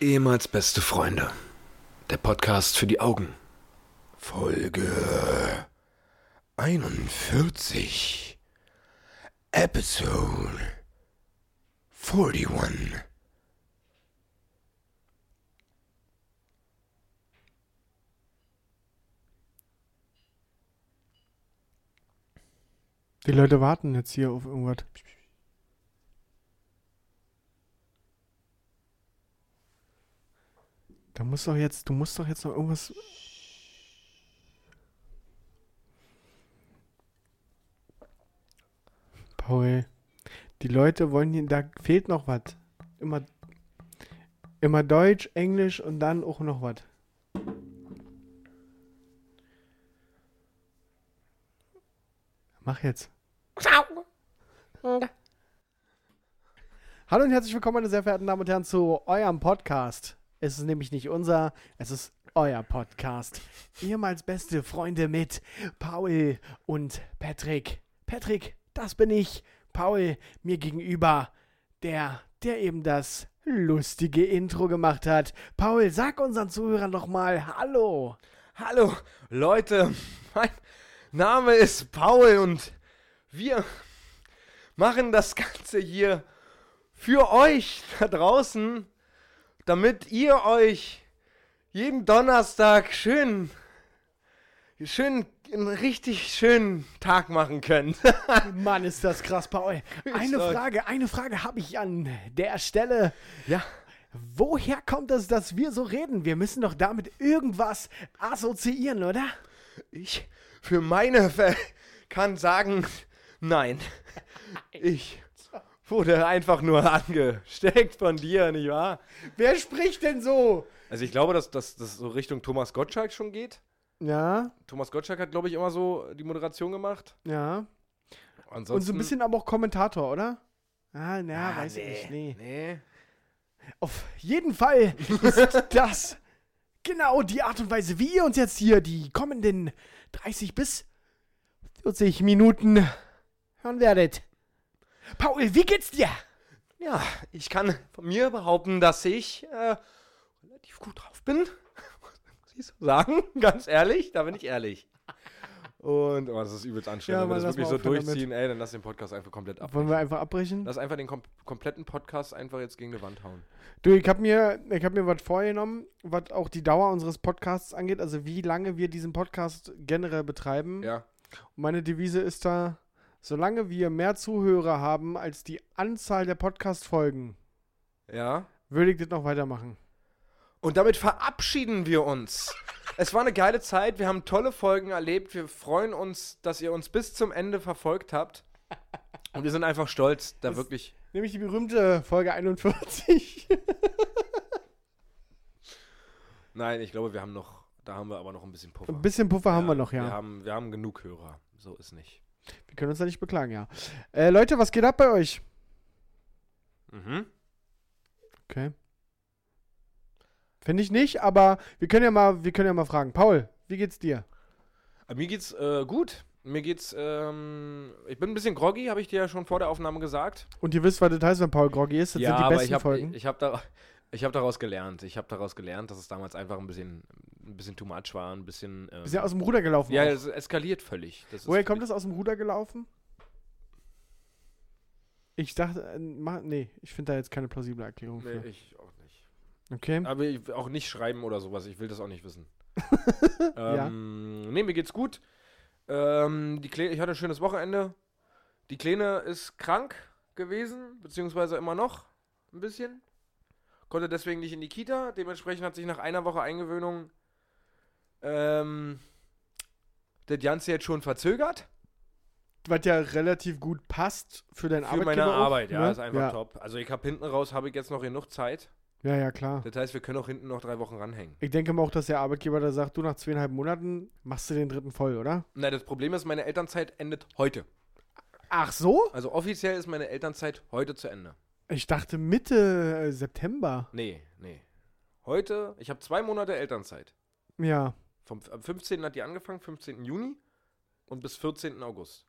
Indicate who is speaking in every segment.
Speaker 1: Ehemals beste Freunde. Der Podcast für die Augen. Folge
Speaker 2: 41. Episode 41.
Speaker 3: Die Leute warten jetzt hier auf irgendwas. Da muss doch jetzt, du musst doch jetzt noch irgendwas. Paul, die Leute wollen hier, da fehlt noch was. Immer, immer Deutsch, Englisch und dann auch noch was. Mach jetzt. Hallo und herzlich willkommen, meine sehr verehrten Damen und Herren, zu eurem Podcast. Es ist nämlich nicht unser, es ist euer Podcast. Ehemals beste Freunde mit Paul und Patrick. Patrick, das bin ich. Paul, mir gegenüber, der, der eben das lustige Intro gemacht hat. Paul, sag unseren Zuhörern doch mal Hallo.
Speaker 2: Hallo Leute, mein Name ist Paul und wir machen das Ganze hier für euch da draußen, damit ihr euch jeden Donnerstag schön, schön, einen richtig schönen Tag machen könnt.
Speaker 3: Mann, ist das krass, Paul. Eine
Speaker 2: sag-
Speaker 3: Frage, eine Frage habe ich an der Stelle.
Speaker 2: ja,
Speaker 3: Woher kommt es, dass wir so reden? Wir müssen doch damit irgendwas assoziieren, oder?
Speaker 2: ich für meine Ver kann sagen, nein. Ich wurde einfach nur angesteckt von dir, nicht wahr?
Speaker 3: Wer spricht denn so?
Speaker 2: Also ich glaube, dass das so Richtung Thomas Gottschalk schon geht.
Speaker 3: Ja,
Speaker 2: Thomas Gottschalk hat, glaube ich, immer so die Moderation gemacht.
Speaker 3: ja.
Speaker 2: Ansonsten,
Speaker 3: Und so ein bisschen aber auch Kommentator, oder? Hm. Ah, na,
Speaker 2: Ah,
Speaker 3: weiß ich nicht. Nee.
Speaker 2: Nee.
Speaker 3: Auf jeden Fall ist das genau die Art und Weise, wie ihr uns jetzt hier die kommenden 30 bis 40 Minuten hören werdet. Paul, wie geht's dir?
Speaker 2: Ja, ich kann von mir behaupten, dass ich äh, relativ gut drauf bin. Muss ich so sagen, ganz ehrlich, da bin ich ehrlich. Und oh, das ist übelst anstrengend,
Speaker 3: Ja,
Speaker 2: wenn wir das
Speaker 3: Mann, lass
Speaker 2: wirklich
Speaker 3: mal
Speaker 2: so
Speaker 3: aufhören damit.
Speaker 2: durchziehen. Ey, dann lass den Podcast einfach komplett ab.
Speaker 3: Wollen wir einfach abbrechen?
Speaker 2: Lass einfach den kom kompletten Podcast einfach jetzt gegen die Wand hauen.
Speaker 3: Du, ich habe mir, ich hab mir was vorgenommen, was auch die Dauer unseres Podcasts angeht, also wie lange wir diesen Podcast generell betreiben.
Speaker 2: Ja.
Speaker 3: Und meine Devise ist da, solange wir mehr Zuhörer haben als die Anzahl der Podcast-Folgen,
Speaker 2: Ja.
Speaker 3: würde ich das noch weitermachen.
Speaker 2: Und damit verabschieden wir uns. Es war eine geile Zeit. Wir haben tolle Folgen erlebt. Wir freuen uns, dass ihr uns bis zum Ende verfolgt habt. Und wir sind einfach stolz, da wirklich.
Speaker 3: Nämlich die berühmte Folge 41.
Speaker 2: Nein, ich glaube, wir haben noch. Da haben wir aber noch ein bisschen Puffer.
Speaker 3: Ein bisschen Puffer haben wir noch,
Speaker 2: Wir
Speaker 3: ja.
Speaker 2: haben, wir haben genug Hörer. So ist nicht.
Speaker 3: Wir können uns da nicht beklagen, ja. Äh, Leute, was geht ab bei euch?
Speaker 2: Mhm.
Speaker 3: Okay. Finde ich nicht, aber wir können ja mal, wir können ja mal fragen. Paul, wie geht's dir?
Speaker 2: Aber mir geht's äh, gut. Mir geht's. Ähm, ich bin ein bisschen groggy, habe ich dir ja schon vor der Aufnahme gesagt.
Speaker 3: Und ihr wisst, was das heißt, wenn Paul Groggy ist. Das sind die besten
Speaker 2: ich hab,
Speaker 3: Folgen.
Speaker 2: Ich habe da, ich hab daraus gelernt. Ich habe daraus gelernt, dass es damals einfach ein bisschen, ein bisschen too much war, ein bisschen. Ähm,
Speaker 3: Ist ja aus dem Ruder gelaufen.
Speaker 2: ja,
Speaker 3: auch.
Speaker 2: es eskaliert völlig. Das ist
Speaker 3: Woher kommt
Speaker 2: völlig-
Speaker 3: das aus dem Ruder gelaufen? Ich dachte, äh, mach, nee, ich finde da jetzt keine plausible Erklärung für.
Speaker 2: Nee, ich Ah. auch nicht.
Speaker 3: Okay.
Speaker 2: Aber ich will auch nicht schreiben oder sowas. Ich will das auch nicht wissen.
Speaker 3: Ja.
Speaker 2: ähm, Nee, mir geht's gut. Ähm, die Kle ich hatte ein schönes Wochenende. Die Kleine ist krank gewesen, beziehungsweise immer noch ein bisschen. Konnte deswegen nicht in die Kita. Dementsprechend hat sich nach einer Woche Eingewöhnung ähm, das Ganze jetzt schon verzögert.
Speaker 3: Was ja relativ gut passt für deinen
Speaker 2: Für
Speaker 3: Arbeitgeber.
Speaker 2: meine
Speaker 3: auch,
Speaker 2: Arbeit, ja,
Speaker 3: ne?
Speaker 2: ist einfach
Speaker 3: ja.
Speaker 2: top. Also ich habe hinten raus, habe ich jetzt noch genug Zeit.
Speaker 3: Ja, ja, klar.
Speaker 2: Das heißt, wir können auch hinten noch drei Wochen ranhängen.
Speaker 3: Ich denke mal auch, dass der Arbeitgeber da sagt, du nach zweieinhalb Monaten machst du den dritten voll, oder?
Speaker 2: Na, das Problem ist, meine Elternzeit endet heute.
Speaker 3: Ach so?
Speaker 2: Also offiziell ist meine Elternzeit heute zu Ende.
Speaker 3: Ich dachte Mitte äh, September.
Speaker 2: Nee, nee. Heute, ich habe zwei Monate Elternzeit.
Speaker 3: Ja.
Speaker 2: Vom, am 15. hat die angefangen, 15. Juni und bis 14. August.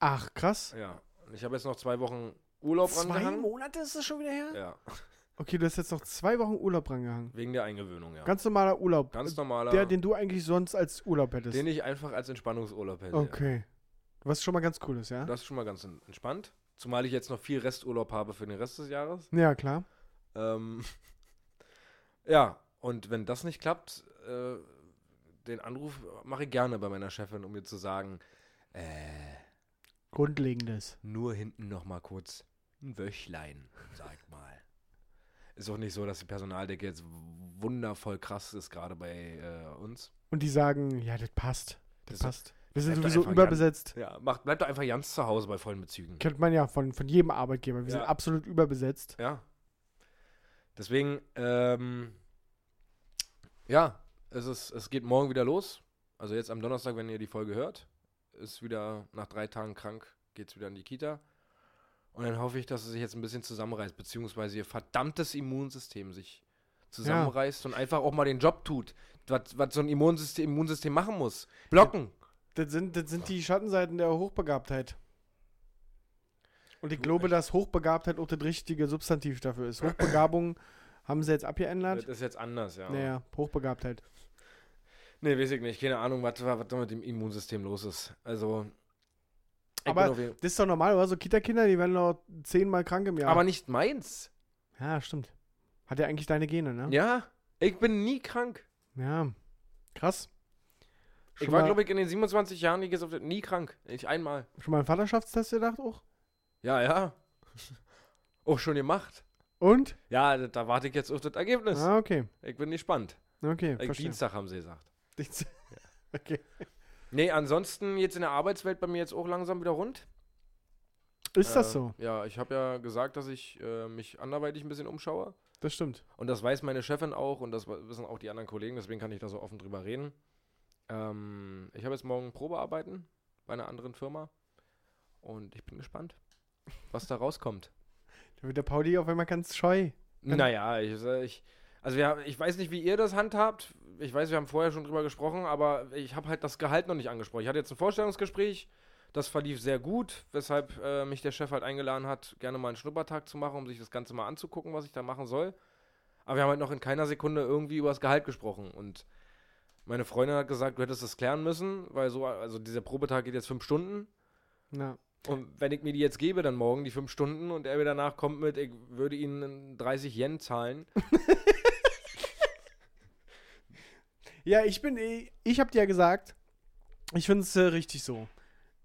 Speaker 3: Ach, krass.
Speaker 2: Ja. Und ich habe jetzt noch zwei Wochen Urlaub
Speaker 3: Zwei
Speaker 2: angehangen.
Speaker 3: Monate ist das schon wieder her?
Speaker 2: Ja.
Speaker 3: Okay, du hast jetzt noch zwei Wochen Urlaub rangehangen.
Speaker 2: Wegen der Eingewöhnung, ja. Ganz,
Speaker 3: Ganz normaler Urlaub. äh,
Speaker 2: normaler,
Speaker 3: der,
Speaker 2: den,
Speaker 3: den du eigentlich sonst als Urlaub hättest.
Speaker 2: ich einfach als Entspannungsurlaub hätte.
Speaker 3: okay. Was schon mal ganz cool ist, ja?
Speaker 2: Das ist schon mal ganz en- entspannt. Zumal ich jetzt noch viel Resturlaub habe für den Rest des Jahres.
Speaker 3: Ja, klar.
Speaker 2: Ähm, ja, und wenn das nicht klappt, äh, den Anruf mache ich gerne bei meiner Chefin, um ihr zu sagen, äh,
Speaker 3: Grundlegendes.
Speaker 2: nur hinten noch mal kurz ein Wöchlein, sag mal. Ist auch nicht so, dass die Personaldecke jetzt wundervoll krass ist, gerade bei äh, uns.
Speaker 3: Und die sagen, ja, das passt. Das,
Speaker 2: Das-
Speaker 3: passt. Wir sind
Speaker 2: bleibt doch
Speaker 3: sowieso
Speaker 2: einfach
Speaker 3: überbesetzt.
Speaker 2: Ja, macht, bleibt doch einfach ganz zu Hause bei vollen Bezügen.
Speaker 3: Kennt man ja von, von jedem Arbeitgeber. Wir sind
Speaker 2: Ja.
Speaker 3: absolut überbesetzt.
Speaker 2: Ja. Deswegen, ähm, ja, es, ist, es geht morgen wieder los. Also jetzt am Donnerstag, wenn ihr die Folge hört, ist wieder nach drei Tagen krank, geht's wieder in die Kita. Und dann hoffe ich, dass es sich jetzt ein bisschen zusammenreißt, beziehungsweise ihr verdammtes Immunsystem sich zusammenreißt und einfach auch mal den Job tut, was, was so ein Immunsystem, Immunsystem machen muss. Blocken.
Speaker 3: Das sind, das sind die Schattenseiten der Hochbegabtheit. Und ich glaube, dass Hochbegabtheit auch das richtige Substantiv dafür ist. Hochbegabung haben sie jetzt
Speaker 2: Das
Speaker 3: abgeändert.
Speaker 2: ist jetzt anders, ja.
Speaker 3: Naja, Hochbegabtheit.
Speaker 2: Nee, weiß ich nicht. Keine Ahnung, was, was da mit dem Immunsystem los ist. Also, ich
Speaker 3: Aber
Speaker 2: bin auf jeden-
Speaker 3: Das ist doch normal, oder? So Kita-Kinder, die werden doch zehnmal krank im Jahr.
Speaker 2: Aber nicht meins.
Speaker 3: ja, stimmt. Hat ja eigentlich deine Gene, ne?
Speaker 2: Ja, ich bin nie krank.
Speaker 3: Ja. Krass. Schon
Speaker 2: ich war,
Speaker 3: mal-
Speaker 2: glaube ich, in den 27 Jahren, die ich jetzt auf der- nie krank. Nicht einmal.
Speaker 3: Schon mal einen Vaterschaftstest gedacht auch?
Speaker 2: Ja, ja. Auch schon gemacht.
Speaker 3: Und?
Speaker 2: Ja, da, da warte ich jetzt auf das Ergebnis.
Speaker 3: Ah, okay.
Speaker 2: Ich bin gespannt.
Speaker 3: Okay,
Speaker 2: Ich
Speaker 3: verstehe.
Speaker 2: Dienstag haben sie gesagt.
Speaker 3: Dienst- okay.
Speaker 2: Nee, ansonsten jetzt in der Arbeitswelt bei mir jetzt auch langsam wieder rund.
Speaker 3: Ist
Speaker 2: Äh,
Speaker 3: das so?
Speaker 2: Ja, ich habe ja gesagt, dass ich äh, mich anderweitig ein bisschen umschaue.
Speaker 3: Das stimmt.
Speaker 2: Und das weiß meine Chefin auch und das wissen auch die anderen Kollegen, deswegen kann ich da so offen drüber reden. Ähm, ich habe jetzt morgen Probearbeiten bei einer anderen Firma und ich bin gespannt, was da rauskommt.
Speaker 3: Da wird der Pauli auf einmal ganz scheu. Dann-
Speaker 2: naja, ich, ich, also wir, haben- ich weiß nicht, wie ihr das handhabt. Ich weiß, wir haben vorher schon drüber gesprochen, aber ich habe halt das Gehalt noch nicht angesprochen. Ich hatte jetzt ein Vorstellungsgespräch, das verlief sehr gut, weshalb äh, mich der Chef halt eingeladen hat, gerne mal einen Schnuppertag zu machen, um sich das Ganze mal anzugucken, was ich da machen soll. Aber wir haben halt noch in keiner Sekunde irgendwie über das Gehalt gesprochen. Und meine Freundin hat gesagt, du hättest das klären müssen, weil so, also dieser Probetag geht jetzt fünf Stunden.
Speaker 3: Na,
Speaker 2: Und wenn ich mir die jetzt gebe, dann morgen die fünf Stunden und er mir danach kommt mit, ich würde ihnen 30 Yen zahlen.
Speaker 3: Ja, ich bin, eh- ich hab dir ja gesagt, ich finde es äh, richtig so.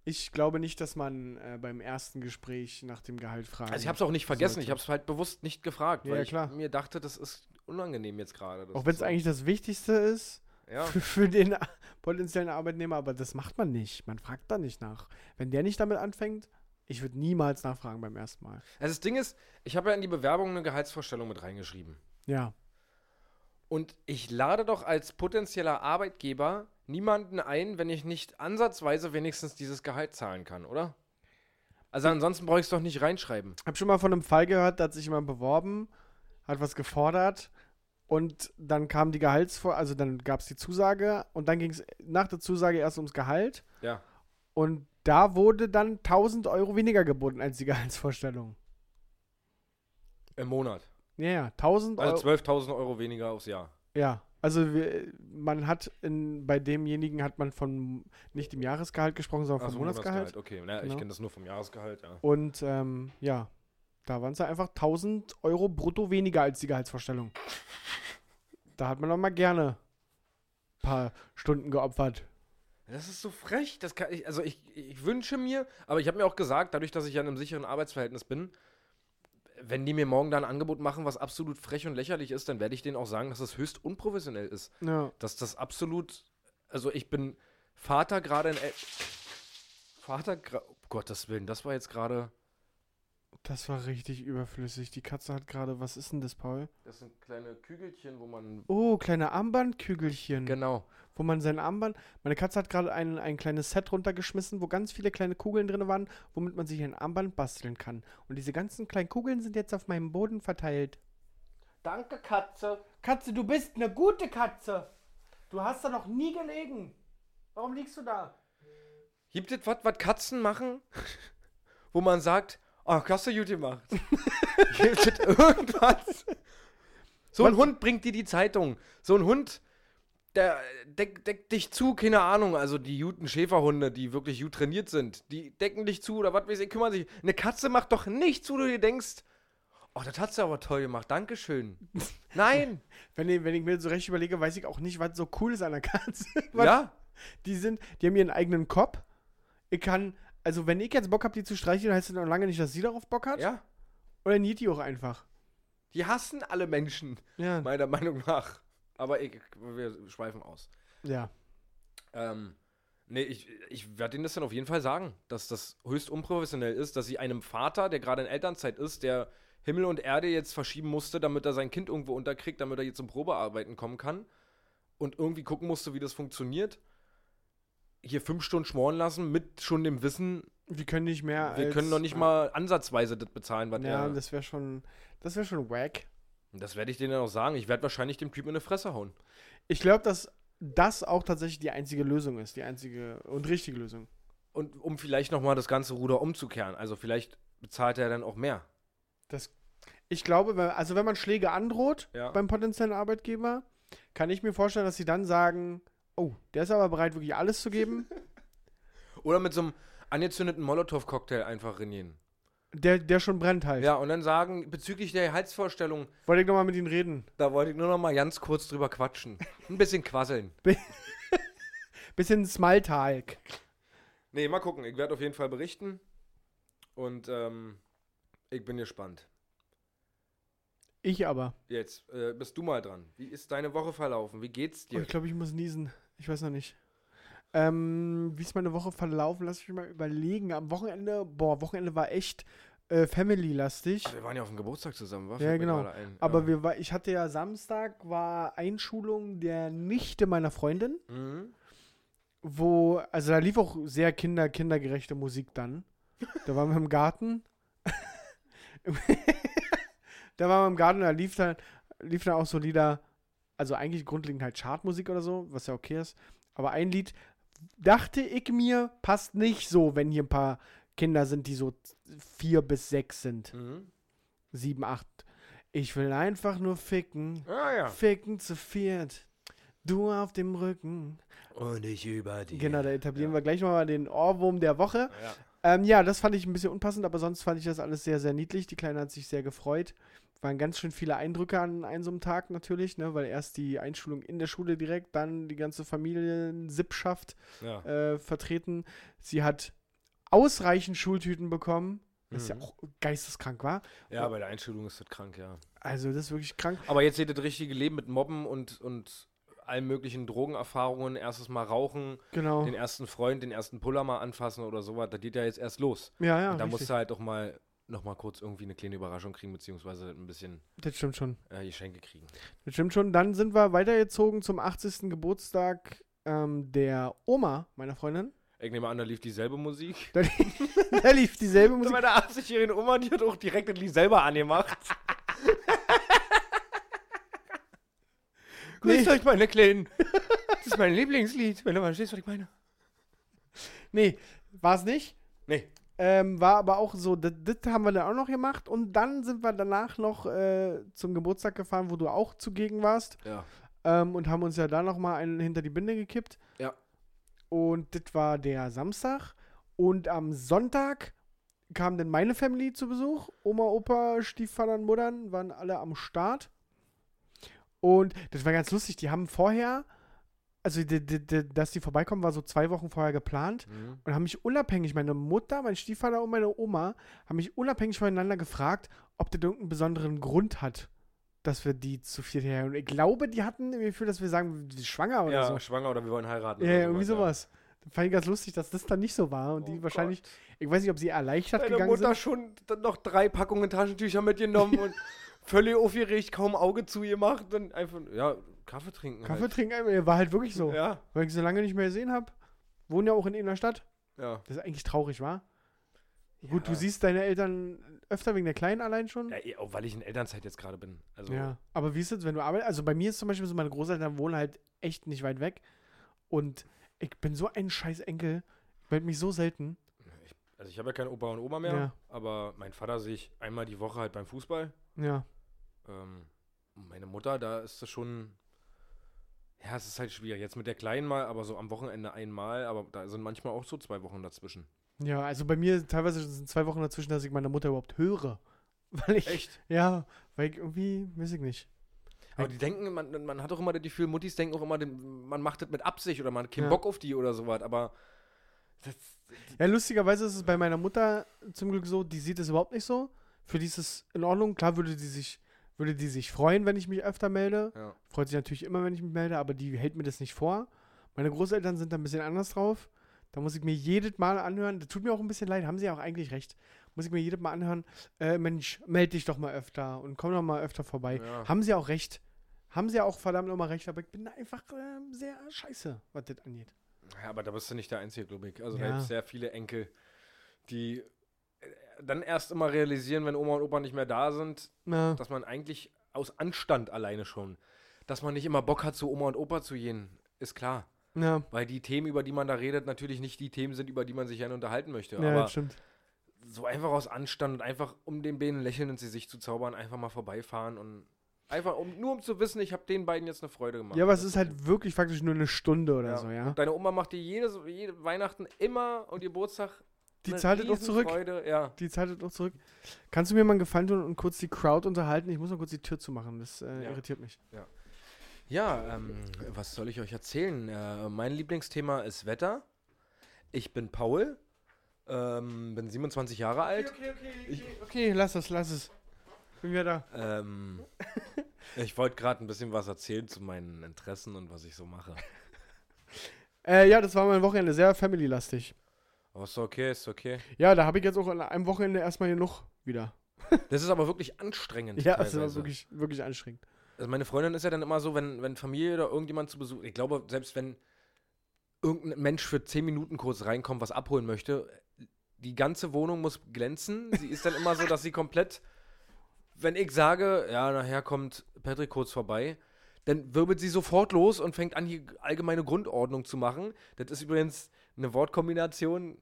Speaker 3: Ich glaube nicht, dass man äh, beim ersten Gespräch nach dem Gehalt fragt.
Speaker 2: Also ich habe es auch nicht vergessen,
Speaker 3: sollte.
Speaker 2: ich habe es halt bewusst nicht gefragt,
Speaker 3: Ja,
Speaker 2: weil
Speaker 3: ja,
Speaker 2: ich
Speaker 3: klar.
Speaker 2: mir dachte, das ist unangenehm jetzt gerade. Das
Speaker 3: auch
Speaker 2: ist
Speaker 3: wenn es
Speaker 2: so-
Speaker 3: eigentlich das Wichtigste ist
Speaker 2: Ja,
Speaker 3: für, für den potenziellen Arbeitnehmer, aber das macht man nicht. Man fragt da nicht nach. Wenn der nicht damit anfängt, ich würde niemals nachfragen beim ersten Mal.
Speaker 2: also das Ding ist, ich habe ja in die Bewerbung eine Gehaltsvorstellung mit reingeschrieben.
Speaker 3: Ja,
Speaker 2: Und ich lade doch als potenzieller Arbeitgeber niemanden ein, wenn ich nicht ansatzweise wenigstens dieses Gehalt zahlen kann, oder? Also ansonsten brauche ich es doch nicht reinschreiben.
Speaker 3: habe schon mal von einem Fall gehört, da hat sich jemand beworben, hat was gefordert und dann kam die Gehaltsvor, also dann gab es die Zusage und dann ging es nach der Zusage erst ums Gehalt.
Speaker 2: Ja.
Speaker 3: Und da wurde dann 1000 Euro weniger geboten als die Gehaltsvorstellung.
Speaker 2: Im Monat.
Speaker 3: Ja, ja, 1000 Euro.
Speaker 2: Also 12.000 Euro weniger aufs Jahr.
Speaker 3: ja, also wir, man hat in, bei demjenigen hat man von nicht dem Jahresgehalt gesprochen,
Speaker 2: Ach
Speaker 3: sondern vom
Speaker 2: so,
Speaker 3: Monatsgehalt.
Speaker 2: Also Okay, naja,
Speaker 3: Genau.
Speaker 2: ich kenne das nur vom Jahresgehalt, ja.
Speaker 3: Und ähm, ja, da waren es dann einfach 1000 Euro brutto weniger als die Gehaltsvorstellung. Da hat man doch mal gerne ein paar Stunden geopfert.
Speaker 2: Das ist so frech. Das kann ich, also ich, ich wünsche mir, aber ich habe mir auch gesagt, dadurch, dass ich ja in einem sicheren Arbeitsverhältnis bin, wenn die mir morgen da ein Angebot machen, was absolut frech und lächerlich ist, dann werde ich denen auch sagen, dass das höchst unprofessionell ist.
Speaker 3: Ja.
Speaker 2: Dass das absolut, also ich bin Vater gerade in El Vater, gra- um Gottes Willen, das war jetzt gerade.
Speaker 3: Das war richtig überflüssig. Die Katze hat gerade, was ist denn das, Paul?
Speaker 2: Das sind kleine Kügelchen, wo man.
Speaker 3: Oh, kleine Armbandkügelchen.
Speaker 2: Genau.
Speaker 3: wo man sein Armband. Meine Katze hat gerade ein, ein kleines Set runtergeschmissen, wo ganz viele kleine Kugeln drin waren, womit man sich ein Armband basteln kann. Und diese ganzen kleinen Kugeln sind jetzt auf meinem Boden verteilt.
Speaker 2: Danke, Katze.
Speaker 3: Katze, du bist eine gute Katze. Du hast da noch nie gelegen. Warum liegst du da?
Speaker 2: Gibt es was, was Katzen machen, "Ah, wo man sagt, oh, hast du gut gemacht? Gibt es irgendwas, So ein Hund bringt dir die Zeitung. So ein Hund, der deckt deck dich zu, keine Ahnung. Also die guten Schäferhunde, die wirklich gut trainiert sind, die decken dich zu oder was weiß ich, kümmern sich. Eine Katze macht doch nichts, wo du dir denkst, oh, das hat sie aber toll gemacht, Dankeschön. Nein,
Speaker 3: Wenn ich, wenn ich mir so recht überlege, weiß ich auch nicht, was so cool ist an der Katze. Weil
Speaker 2: ja.
Speaker 3: Die sind, die haben ihren eigenen Kopf. Ich kann, also wenn ich jetzt Bock habe, die zu streicheln, heißt das noch lange nicht, dass sie darauf Bock hat.
Speaker 2: Ja,
Speaker 3: Oder niet die auch einfach.
Speaker 2: die hassen alle Menschen,
Speaker 3: Ja.
Speaker 2: meiner Meinung nach. Aber ich, wir schweifen aus.
Speaker 3: Ja.
Speaker 2: Ähm, nee, ich, ich werde Ihnen das dann auf jeden Fall sagen, dass das höchst unprofessionell ist, dass Sie einem Vater, der gerade in Elternzeit ist, der Himmel und Erde jetzt verschieben musste, damit er sein Kind irgendwo unterkriegt, damit er jetzt zum Probearbeiten kommen kann und irgendwie gucken musste, wie das funktioniert, hier fünf Stunden schmoren lassen mit schon dem Wissen,
Speaker 3: Wir können nicht mehr.
Speaker 2: wir
Speaker 3: als-
Speaker 2: können noch nicht mal ansatzweise das bezahlen, was
Speaker 3: Ja,
Speaker 2: er. Das,
Speaker 3: das wäre schon, das wäre schon wack.
Speaker 2: werde ich denen dann auch sagen. Ich werde wahrscheinlich dem Typen in die Fresse hauen.
Speaker 3: Ich glaube, dass das auch tatsächlich die einzige Lösung ist, die einzige und richtige Lösung.
Speaker 2: Und um vielleicht nochmal das ganze Ruder umzukehren. Also vielleicht bezahlt er dann auch mehr.
Speaker 3: Ich glaube, wenn, also wenn man Schläge androht
Speaker 2: Ja.
Speaker 3: beim potenziellen Arbeitgeber, kann ich mir vorstellen, dass sie dann sagen, oh, der ist aber bereit, wirklich alles zu geben.
Speaker 2: Oder mit so einem angezündeten Molotow-Cocktail einfach rennen.
Speaker 3: der, der schon brennt halt.
Speaker 2: Ja, und dann sagen, bezüglich der Gehaltsvorstellung,
Speaker 3: Wollte ich nochmal mit ihnen reden.
Speaker 2: da wollte ich nur noch mal ganz kurz drüber quatschen. Ein bisschen quasseln.
Speaker 3: Bisschen Smalltalk.
Speaker 2: Nee, mal gucken. Ich werde auf jeden Fall berichten. Und ähm, ich bin gespannt.
Speaker 3: Ich aber.
Speaker 2: Jetzt äh, bist du mal dran. Wie ist deine Woche verlaufen? Wie geht's
Speaker 3: Oh,
Speaker 2: dir?
Speaker 3: ich glaube, ich muss niesen. Ich weiß noch nicht. Ähm, wie ist meine Woche verlaufen? Lass mich mal überlegen. Am Wochenende, boah, Wochenende war echt äh, family-lastig.
Speaker 2: Ach, wir waren ja auf dem Geburtstag zusammen, war?
Speaker 3: Ja,
Speaker 2: Fällt mir
Speaker 3: genau.
Speaker 2: gerade ein.
Speaker 3: Aber
Speaker 2: ja.
Speaker 3: wir war, ich hatte ja Samstag war Einschulung der Nichte meiner Freundin,
Speaker 2: Mhm.
Speaker 3: wo, also da lief auch sehr kinder, kindergerechte Musik dann. Da waren wir im Garten. da waren wir im Garten und da lief dann, lief dann auch so Lieder, also eigentlich grundlegend halt Chartmusik oder so, was ja okay ist. Aber ein Lied dachte ich mir, passt nicht so, wenn hier ein paar Kinder sind, die so vier bis sechs sind.
Speaker 2: Mhm.
Speaker 3: Sieben, acht. Ich will einfach nur ficken.
Speaker 2: Ah, ja.
Speaker 3: Ficken zu viert. Du auf dem Rücken.
Speaker 2: Und ich über die.
Speaker 3: Genau, da etablieren
Speaker 2: ja.
Speaker 3: wir gleich nochmal den Ohrwurm der Woche.
Speaker 2: Ja.
Speaker 3: Ähm, ja, das fand ich ein bisschen unpassend, aber sonst fand ich das alles sehr, sehr niedlich. Die Kleine hat sich sehr gefreut. Waren ganz schön viele Eindrücke an einem so einem Tag natürlich, ne? weil erst die Einschulung in der Schule direkt, dann die ganze Familiensippschaft
Speaker 2: Ja.
Speaker 3: äh, vertreten. Sie hat ausreichend Schultüten bekommen, was ja
Speaker 2: Mhm.
Speaker 3: auch geisteskrank war.
Speaker 2: ja, bei der Einstellung ist das krank, ja.
Speaker 3: Also das ist wirklich krank.
Speaker 2: Aber jetzt seht ihr das richtige Leben mit Mobben und, und allen möglichen Drogenerfahrungen. Erstes Mal rauchen,
Speaker 3: Genau.
Speaker 2: den ersten Freund, den ersten Puller mal anfassen oder sowas. Da geht ja jetzt erst los.
Speaker 3: Ja, ja.
Speaker 2: und da
Speaker 3: richtig.
Speaker 2: musst du halt doch mal noch mal kurz irgendwie eine kleine Überraschung kriegen, beziehungsweise ein bisschen
Speaker 3: Das stimmt schon.
Speaker 2: äh, Geschenke kriegen.
Speaker 3: Das stimmt schon. Dann sind wir weitergezogen zum 80. Geburtstag ähm, der Oma meiner Freundin.
Speaker 2: Ich nehme an, da lief dieselbe Musik.
Speaker 3: Da lief dieselbe Musik.
Speaker 2: Bei der 80-jährigen Oma, die hat auch direkt das Lied selber angemacht. Grüßt
Speaker 3: Nee.
Speaker 2: euch, meine Kleinen. Das ist mein Lieblingslied, wenn du mal verstehst, was ich meine.
Speaker 3: Nee, war es nicht.
Speaker 2: Nee.
Speaker 3: Ähm, war aber auch so, das, das haben wir dann auch noch gemacht. Und dann sind wir danach noch äh, zum Geburtstag gefahren, wo du auch zugegen warst.
Speaker 2: Ja.
Speaker 3: Ähm, und haben uns ja da nochmal einen hinter die Binde gekippt.
Speaker 2: Ja.
Speaker 3: Und das war der Samstag. Und am Sonntag kam dann meine Family zu Besuch. Oma, Opa, Stiefvater und Muttern waren alle am Start. Und das war ganz lustig. Die haben vorher, also die, die, die, dass die vorbeikommen, war so zwei Wochen vorher geplant.
Speaker 2: Mhm.
Speaker 3: Und haben mich unabhängig, meine Mutter, mein Stiefvater und meine Oma, haben mich unabhängig voneinander gefragt, ob das irgendeinen besonderen Grund hat, dass wir die zu viert her. Und ich glaube, die hatten im Gefühl, dass wir sagen, wir sind schwanger oder
Speaker 2: Ja,
Speaker 3: so.
Speaker 2: schwanger oder wir wollen heiraten.
Speaker 3: Ja,
Speaker 2: oder
Speaker 3: ja, irgendwie
Speaker 2: ja.
Speaker 3: sowas. Fand ich ganz lustig, dass das dann nicht so war. Und die
Speaker 2: Oh
Speaker 3: wahrscheinlich, ich weiß nicht, ob sie erleichtert gegangen sind.
Speaker 2: schon dann noch drei Packungen Taschentücher mitgenommen und völlig aufgeregt, kaum Auge zu ihr macht und einfach, ja, Kaffee trinken.
Speaker 3: Kaffee trinken, ey, war halt wirklich so.
Speaker 2: Ja,
Speaker 3: Weil ich sie lange nicht mehr gesehen habe. Wohnen ja auch in einer Stadt.
Speaker 2: ja.
Speaker 3: Das ist eigentlich traurig, war. Gut,
Speaker 2: Ja.
Speaker 3: du siehst deine Eltern öfter wegen der Kleinen allein schon.
Speaker 2: ja eh, auch weil ich in Elternzeit jetzt gerade bin. Also,
Speaker 3: Ja, aber wie ist es, wenn du arbeitest? Also bei mir ist zum Beispiel so, meine Großeltern wohnen halt echt nicht weit weg. Und ich bin so ein scheiß Enkel. Ich melde mich so selten.
Speaker 2: ich, also ich habe ja keinen Opa und Oma mehr,
Speaker 3: Ja.
Speaker 2: aber mein Vater sehe ich einmal die Woche halt beim Fußball.
Speaker 3: Ja.
Speaker 2: Ähm, meine Mutter, da ist das schon. Ja, es ist halt schwierig. Jetzt mit der Kleinen mal, aber so am Wochenende einmal, aber da sind manchmal auch so zwei Wochen dazwischen.
Speaker 3: Ja, also bei mir teilweise sind zwei Wochen dazwischen, dass ich meine Mutter überhaupt höre. Weil ich,
Speaker 2: Echt?
Speaker 3: ja, weil ich irgendwie, weiß ich nicht.
Speaker 2: Aber die denken, man, man hat auch immer das Gefühl, Muttis denken auch immer, den- man macht das mit Absicht oder man hat keinen
Speaker 3: Ja.
Speaker 2: Bock auf die oder sowas, aber das,
Speaker 3: Ja, lustigerweise ist es bei meiner Mutter zum Glück so, die sieht es überhaupt nicht so. Für die ist es in Ordnung. Klar würde die sich, würde die sich freuen, wenn ich mich öfter melde.
Speaker 2: ja.
Speaker 3: Freut sich natürlich immer, wenn ich mich melde, aber die hält mir das nicht vor. Meine Großeltern sind da ein bisschen anders drauf. Da muss ich mir jedes Mal anhören, das tut mir auch ein bisschen leid, haben sie ja auch eigentlich recht. Muss ich mir jedes Mal anhören, äh, Mensch, melde dich doch mal öfter und komm doch mal öfter vorbei.
Speaker 2: Ja.
Speaker 3: Haben sie auch recht. Haben sie auch verdammt nochmal recht, aber ich bin da einfach ähm, sehr scheiße, was das angeht.
Speaker 2: Ja, aber da bist du nicht der Einzige, glaube ich. Also da
Speaker 3: Ja.
Speaker 2: gibt es sehr viele Enkel, die äh, dann erst immer realisieren, wenn Oma und Opa nicht mehr da sind,
Speaker 3: Na,
Speaker 2: dass man eigentlich aus Anstand alleine schon, dass man nicht immer Bock hat, zu Oma und Opa zu gehen, ist klar.
Speaker 3: na,
Speaker 2: Weil die Themen, über die man da redet, natürlich nicht die Themen sind, über die man sich gerne unterhalten möchte.
Speaker 3: ja,
Speaker 2: aber
Speaker 3: das stimmt.
Speaker 2: so einfach aus Anstand und einfach, um den Bänen lächeln ins Gesicht zu zaubern, einfach mal vorbeifahren und einfach, um, nur um zu wissen, ich habe den beiden jetzt eine Freude gemacht.
Speaker 3: Ja, aber es
Speaker 2: Das
Speaker 3: ist halt wirklich faktisch nur eine Stunde oder
Speaker 2: Ja.
Speaker 3: so, ja.
Speaker 2: Deine Oma macht dir jedes, jede Weihnachten immer und Geburtstag
Speaker 3: Die
Speaker 2: eine
Speaker 3: zahlt es auch zurück.
Speaker 2: Riesenfreude, Ja.
Speaker 3: Die Zeit hat auch zurück. Kannst du mir mal einen Gefallen tun und kurz die Crowd unterhalten? Ich muss noch kurz die Tür zumachen, das äh,
Speaker 2: Ja.
Speaker 3: irritiert mich.
Speaker 2: Ja, ähm, was soll ich euch erzählen? Äh, mein Lieblingsthema ist Wetter. Ich bin Paul, ähm, bin 27 Jahre alt.
Speaker 3: Okay, okay, okay. Okay, lass es, lass es. Bin wieder da.
Speaker 2: Ähm, ich wollte gerade ein bisschen was erzählen zu meinen Interessen und was ich so mache.
Speaker 3: Äh, ja, das war mein Wochenende, sehr family-lastig.
Speaker 2: Aber ist okay, ist okay.
Speaker 3: Ja, da habe ich jetzt auch an einem Wochenende erstmal genug wieder.
Speaker 2: Das ist aber wirklich anstrengend.
Speaker 3: Ja, das war
Speaker 2: teilweise.
Speaker 3: wirklich, wirklich anstrengend.
Speaker 2: Also meine Freundin ist ja dann immer so, wenn, wenn Familie oder irgendjemand zu Besuch, ich glaube, selbst wenn irgendein Mensch für 10 Minuten kurz reinkommt, was abholen möchte, die ganze Wohnung muss glänzen. Sie ist dann immer so, dass sie komplett, wenn ich sage, ja, nachher kommt Patrick kurz vorbei, dann wirbelt sie sofort los und fängt an, hier allgemeine Grundordnung zu machen. Das ist übrigens eine Wortkombination,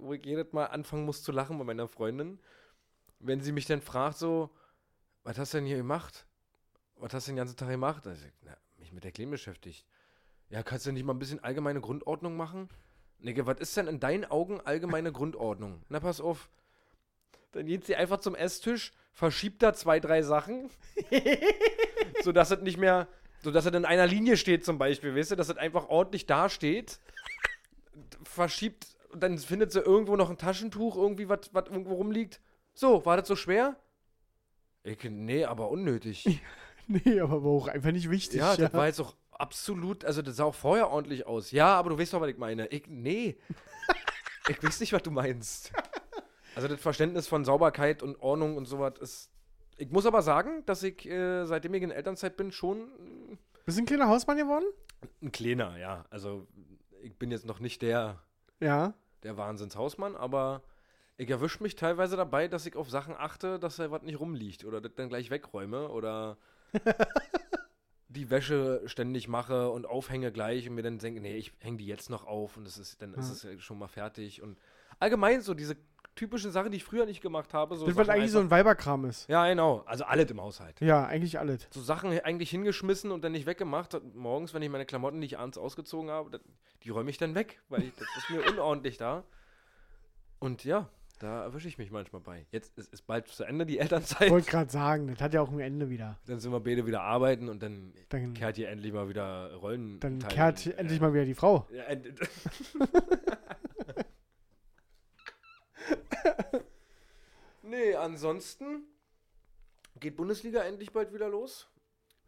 Speaker 2: wo ich jedes Mal anfangen muss zu lachen bei meiner Freundin. Wenn sie mich dann fragt, so, was hast du denn hier gemacht? was hast du den ganzen Tag gemacht? Also, na, mich mit der Kleine beschäftigt. Ja, kannst du nicht mal ein bisschen allgemeine Grundordnung machen? Nigga, was ist denn in deinen Augen allgemeine Grundordnung? Na, pass auf. Dann geht sie einfach zum Esstisch, verschiebt da zwei, drei Sachen, sodass es nicht mehr, sodass es in einer Linie steht zum Beispiel, weißt du, dass es einfach ordentlich dasteht, verschiebt, und dann findet sie irgendwo noch ein Taschentuch, irgendwie, was was irgendwo rumliegt. So, war das so schwer? Ich, nee, aber unnötig.
Speaker 3: Nee, aber war auch einfach nicht wichtig.
Speaker 2: Ja, das war jetzt auch absolut, also das sah auch vorher ordentlich aus. Ja, aber du weißt doch, was ich meine. Ich, nee. ich weiß nicht, was du meinst. Also das Verständnis von Sauberkeit und Ordnung und sowas ist. Ich muss aber sagen, dass ich, äh, seitdem ich in Elternzeit bin, schon
Speaker 3: Bist du ein kleiner Hausmann geworden?
Speaker 2: ein kleiner, ja. Also ich bin jetzt noch nicht der,
Speaker 3: Ja.
Speaker 2: der Wahnsinnshausmann, aber ich erwische mich teilweise dabei, dass ich auf Sachen achte, dass da was nicht rumliegt oder das dann gleich wegräume oder die Wäsche ständig mache und aufhänge gleich und mir dann denke, nee, ich hänge die jetzt noch auf und das ist, dann ist es ja schon mal fertig und allgemein so diese typischen Sachen, die ich früher nicht gemacht habe. So
Speaker 3: das, was
Speaker 2: Sachen
Speaker 3: eigentlich so ein
Speaker 2: einfach-
Speaker 3: Weiberkram ist.
Speaker 2: ja, genau. Also alles im Haushalt.
Speaker 3: Ja, eigentlich alles.
Speaker 2: So Sachen eigentlich hingeschmissen und dann nicht weggemacht. Und Morgens, wenn ich meine Klamotten, die ich abends ausgezogen habe, dann- die räume ich dann weg, weil ich, das ist mir unordentlich da. Und ja, da erwische ich mich manchmal bei. Jetzt ist, ist bald zu Ende die Elternzeit.
Speaker 3: Wollte gerade sagen, das hat ja auch ein Ende wieder.
Speaker 2: Dann sind wir beide wieder arbeiten und dann
Speaker 3: Dann,
Speaker 2: kehrt hier endlich mal wieder Rollen.
Speaker 3: dann
Speaker 2: teilen.
Speaker 3: kehrt endlich mal wieder die Frau.
Speaker 2: Ja, äh, end- nee, ansonsten geht Bundesliga endlich bald wieder los.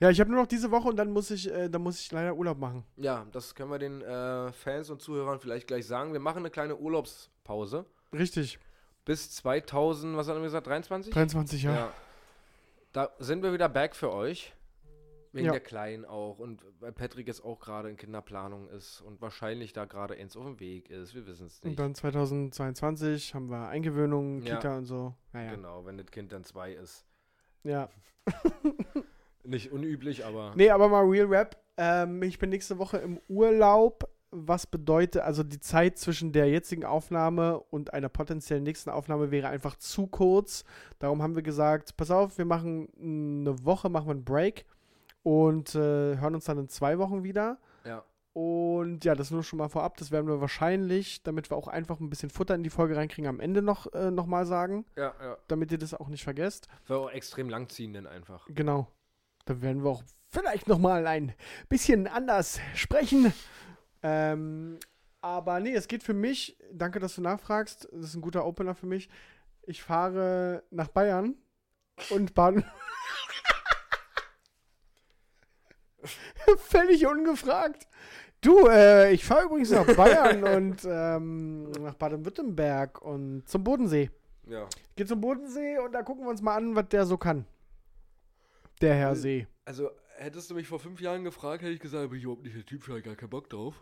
Speaker 3: Ja, ich habe nur noch diese Woche und dann muss ich, äh, dann muss ich leider Urlaub machen.
Speaker 2: Ja, das können wir den äh, Fans und Zuhörern vielleicht gleich sagen. Wir machen eine kleine Urlaubspause
Speaker 3: Richtig.
Speaker 2: bis 2000, was haben wir gesagt, 23?
Speaker 3: 23 Jahre.
Speaker 2: Da sind wir wieder back für euch. Wegen
Speaker 3: Ja.
Speaker 2: der Kleinen auch. Und weil Patrick jetzt auch gerade in Kinderplanung ist und wahrscheinlich da gerade eins auf dem Weg ist. Wir wissen es nicht.
Speaker 3: Und dann 2022 haben wir Eingewöhnung,
Speaker 2: Ja.
Speaker 3: Kita und so. Naja.
Speaker 2: Genau, wenn das Kind dann zwei ist.
Speaker 3: Ja.
Speaker 2: Nicht unüblich, aber.
Speaker 3: Nee, aber mal Real Rap. Ähm, ich bin nächste Woche im Urlaub, was bedeutet, also die Zeit zwischen der jetzigen Aufnahme und einer potenziellen nächsten Aufnahme wäre einfach zu kurz. Darum haben wir gesagt, pass auf, wir machen eine Woche, machen wir einen Break und äh, hören uns dann in zwei Wochen wieder.
Speaker 2: Ja.
Speaker 3: Und ja, das nur schon mal vorab. Das werden wir wahrscheinlich, damit wir auch einfach ein bisschen Futter in die Folge reinkriegen, am Ende noch, äh, noch mal sagen,
Speaker 2: Ja, ja.
Speaker 3: damit ihr das auch nicht vergesst.
Speaker 2: War auch extrem langziehen dann einfach.
Speaker 3: Genau. Dann werden wir auch vielleicht noch mal ein bisschen anders sprechen. Ähm, aber nee, es geht für mich, danke, dass du nachfragst, das ist ein guter Opener für mich. Ich fahre nach Bayern und Baden. Völlig ungefragt. Du, äh, ich fahre übrigens nach Bayern und ähm, nach Baden-Württemberg und zum Bodensee.
Speaker 2: Ja.
Speaker 3: Geht zum Bodensee und da gucken wir uns mal an, was der so kann. Der Herr See.
Speaker 2: Also, hättest du mich vor fünf Jahren gefragt, hätte ich gesagt, bin ich überhaupt nicht der Typ, ich habe gar keinen Bock drauf.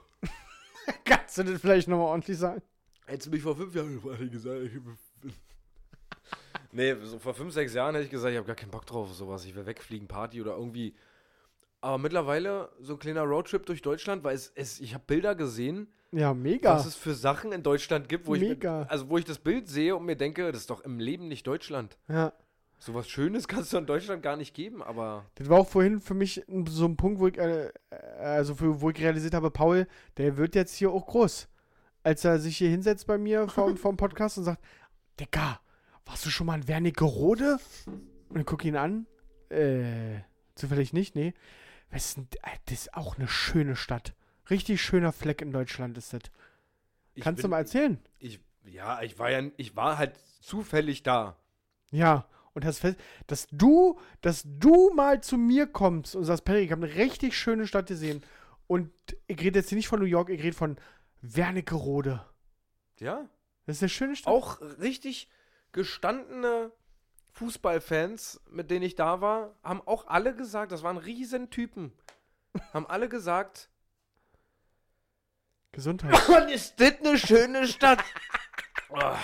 Speaker 3: Kannst du das vielleicht nochmal ordentlich sagen?
Speaker 2: Hättest du mich vor fünf Jahren gefragt, hätte ich gesagt, ich bin... Nee, so vor fünf, sechs Jahren hätte ich gesagt, ich habe gar keinen Bock drauf, auf sowas. Ich will wegfliegen, Party oder irgendwie. Aber mittlerweile so ein kleiner Roadtrip durch Deutschland, weil es, es ich habe Bilder gesehen,
Speaker 3: Ja, mega.
Speaker 2: was es für Sachen in Deutschland gibt, wo ich, mir,
Speaker 3: Mega.
Speaker 2: also wo ich das Bild sehe und mir denke, das ist doch im Leben nicht Deutschland.
Speaker 3: ja.
Speaker 2: Sowas Schönes kannst du in Deutschland gar nicht geben, aber
Speaker 3: Das war auch vorhin für mich n- so ein Punkt, wo ich, äh, äh, also für, wo ich realisiert habe, Paul, der wird jetzt hier auch groß. Als er sich hier hinsetzt bei mir vor, vor dem Podcast und sagt, Dicker, warst du schon mal in Wernigerode? Und ich gucke ihn an. Äh, zufällig nicht, nee. Was ist denn, äh, das ist auch eine schöne Stadt. Richtig schöner Fleck in Deutschland ist das.
Speaker 2: ich
Speaker 3: Kannst du
Speaker 2: bin-
Speaker 3: mal erzählen?
Speaker 2: Ich, ja, ich war ja, ich war halt zufällig da.
Speaker 3: Ja, und hast fest, dass du, dass du mal zu mir kommst und sagst, Perry, ich habe eine richtig schöne Stadt gesehen. Und ich rede jetzt hier nicht von New York, ich rede von Wernigerode.
Speaker 2: Ja.
Speaker 3: Das ist eine schöne Stadt.
Speaker 2: Auch richtig gestandene Fußballfans, mit denen ich da war, haben auch alle gesagt, das waren Riesentypen. Haben alle gesagt,
Speaker 3: Gesundheit.
Speaker 2: Mann, ist das eine schöne Stadt. Ah,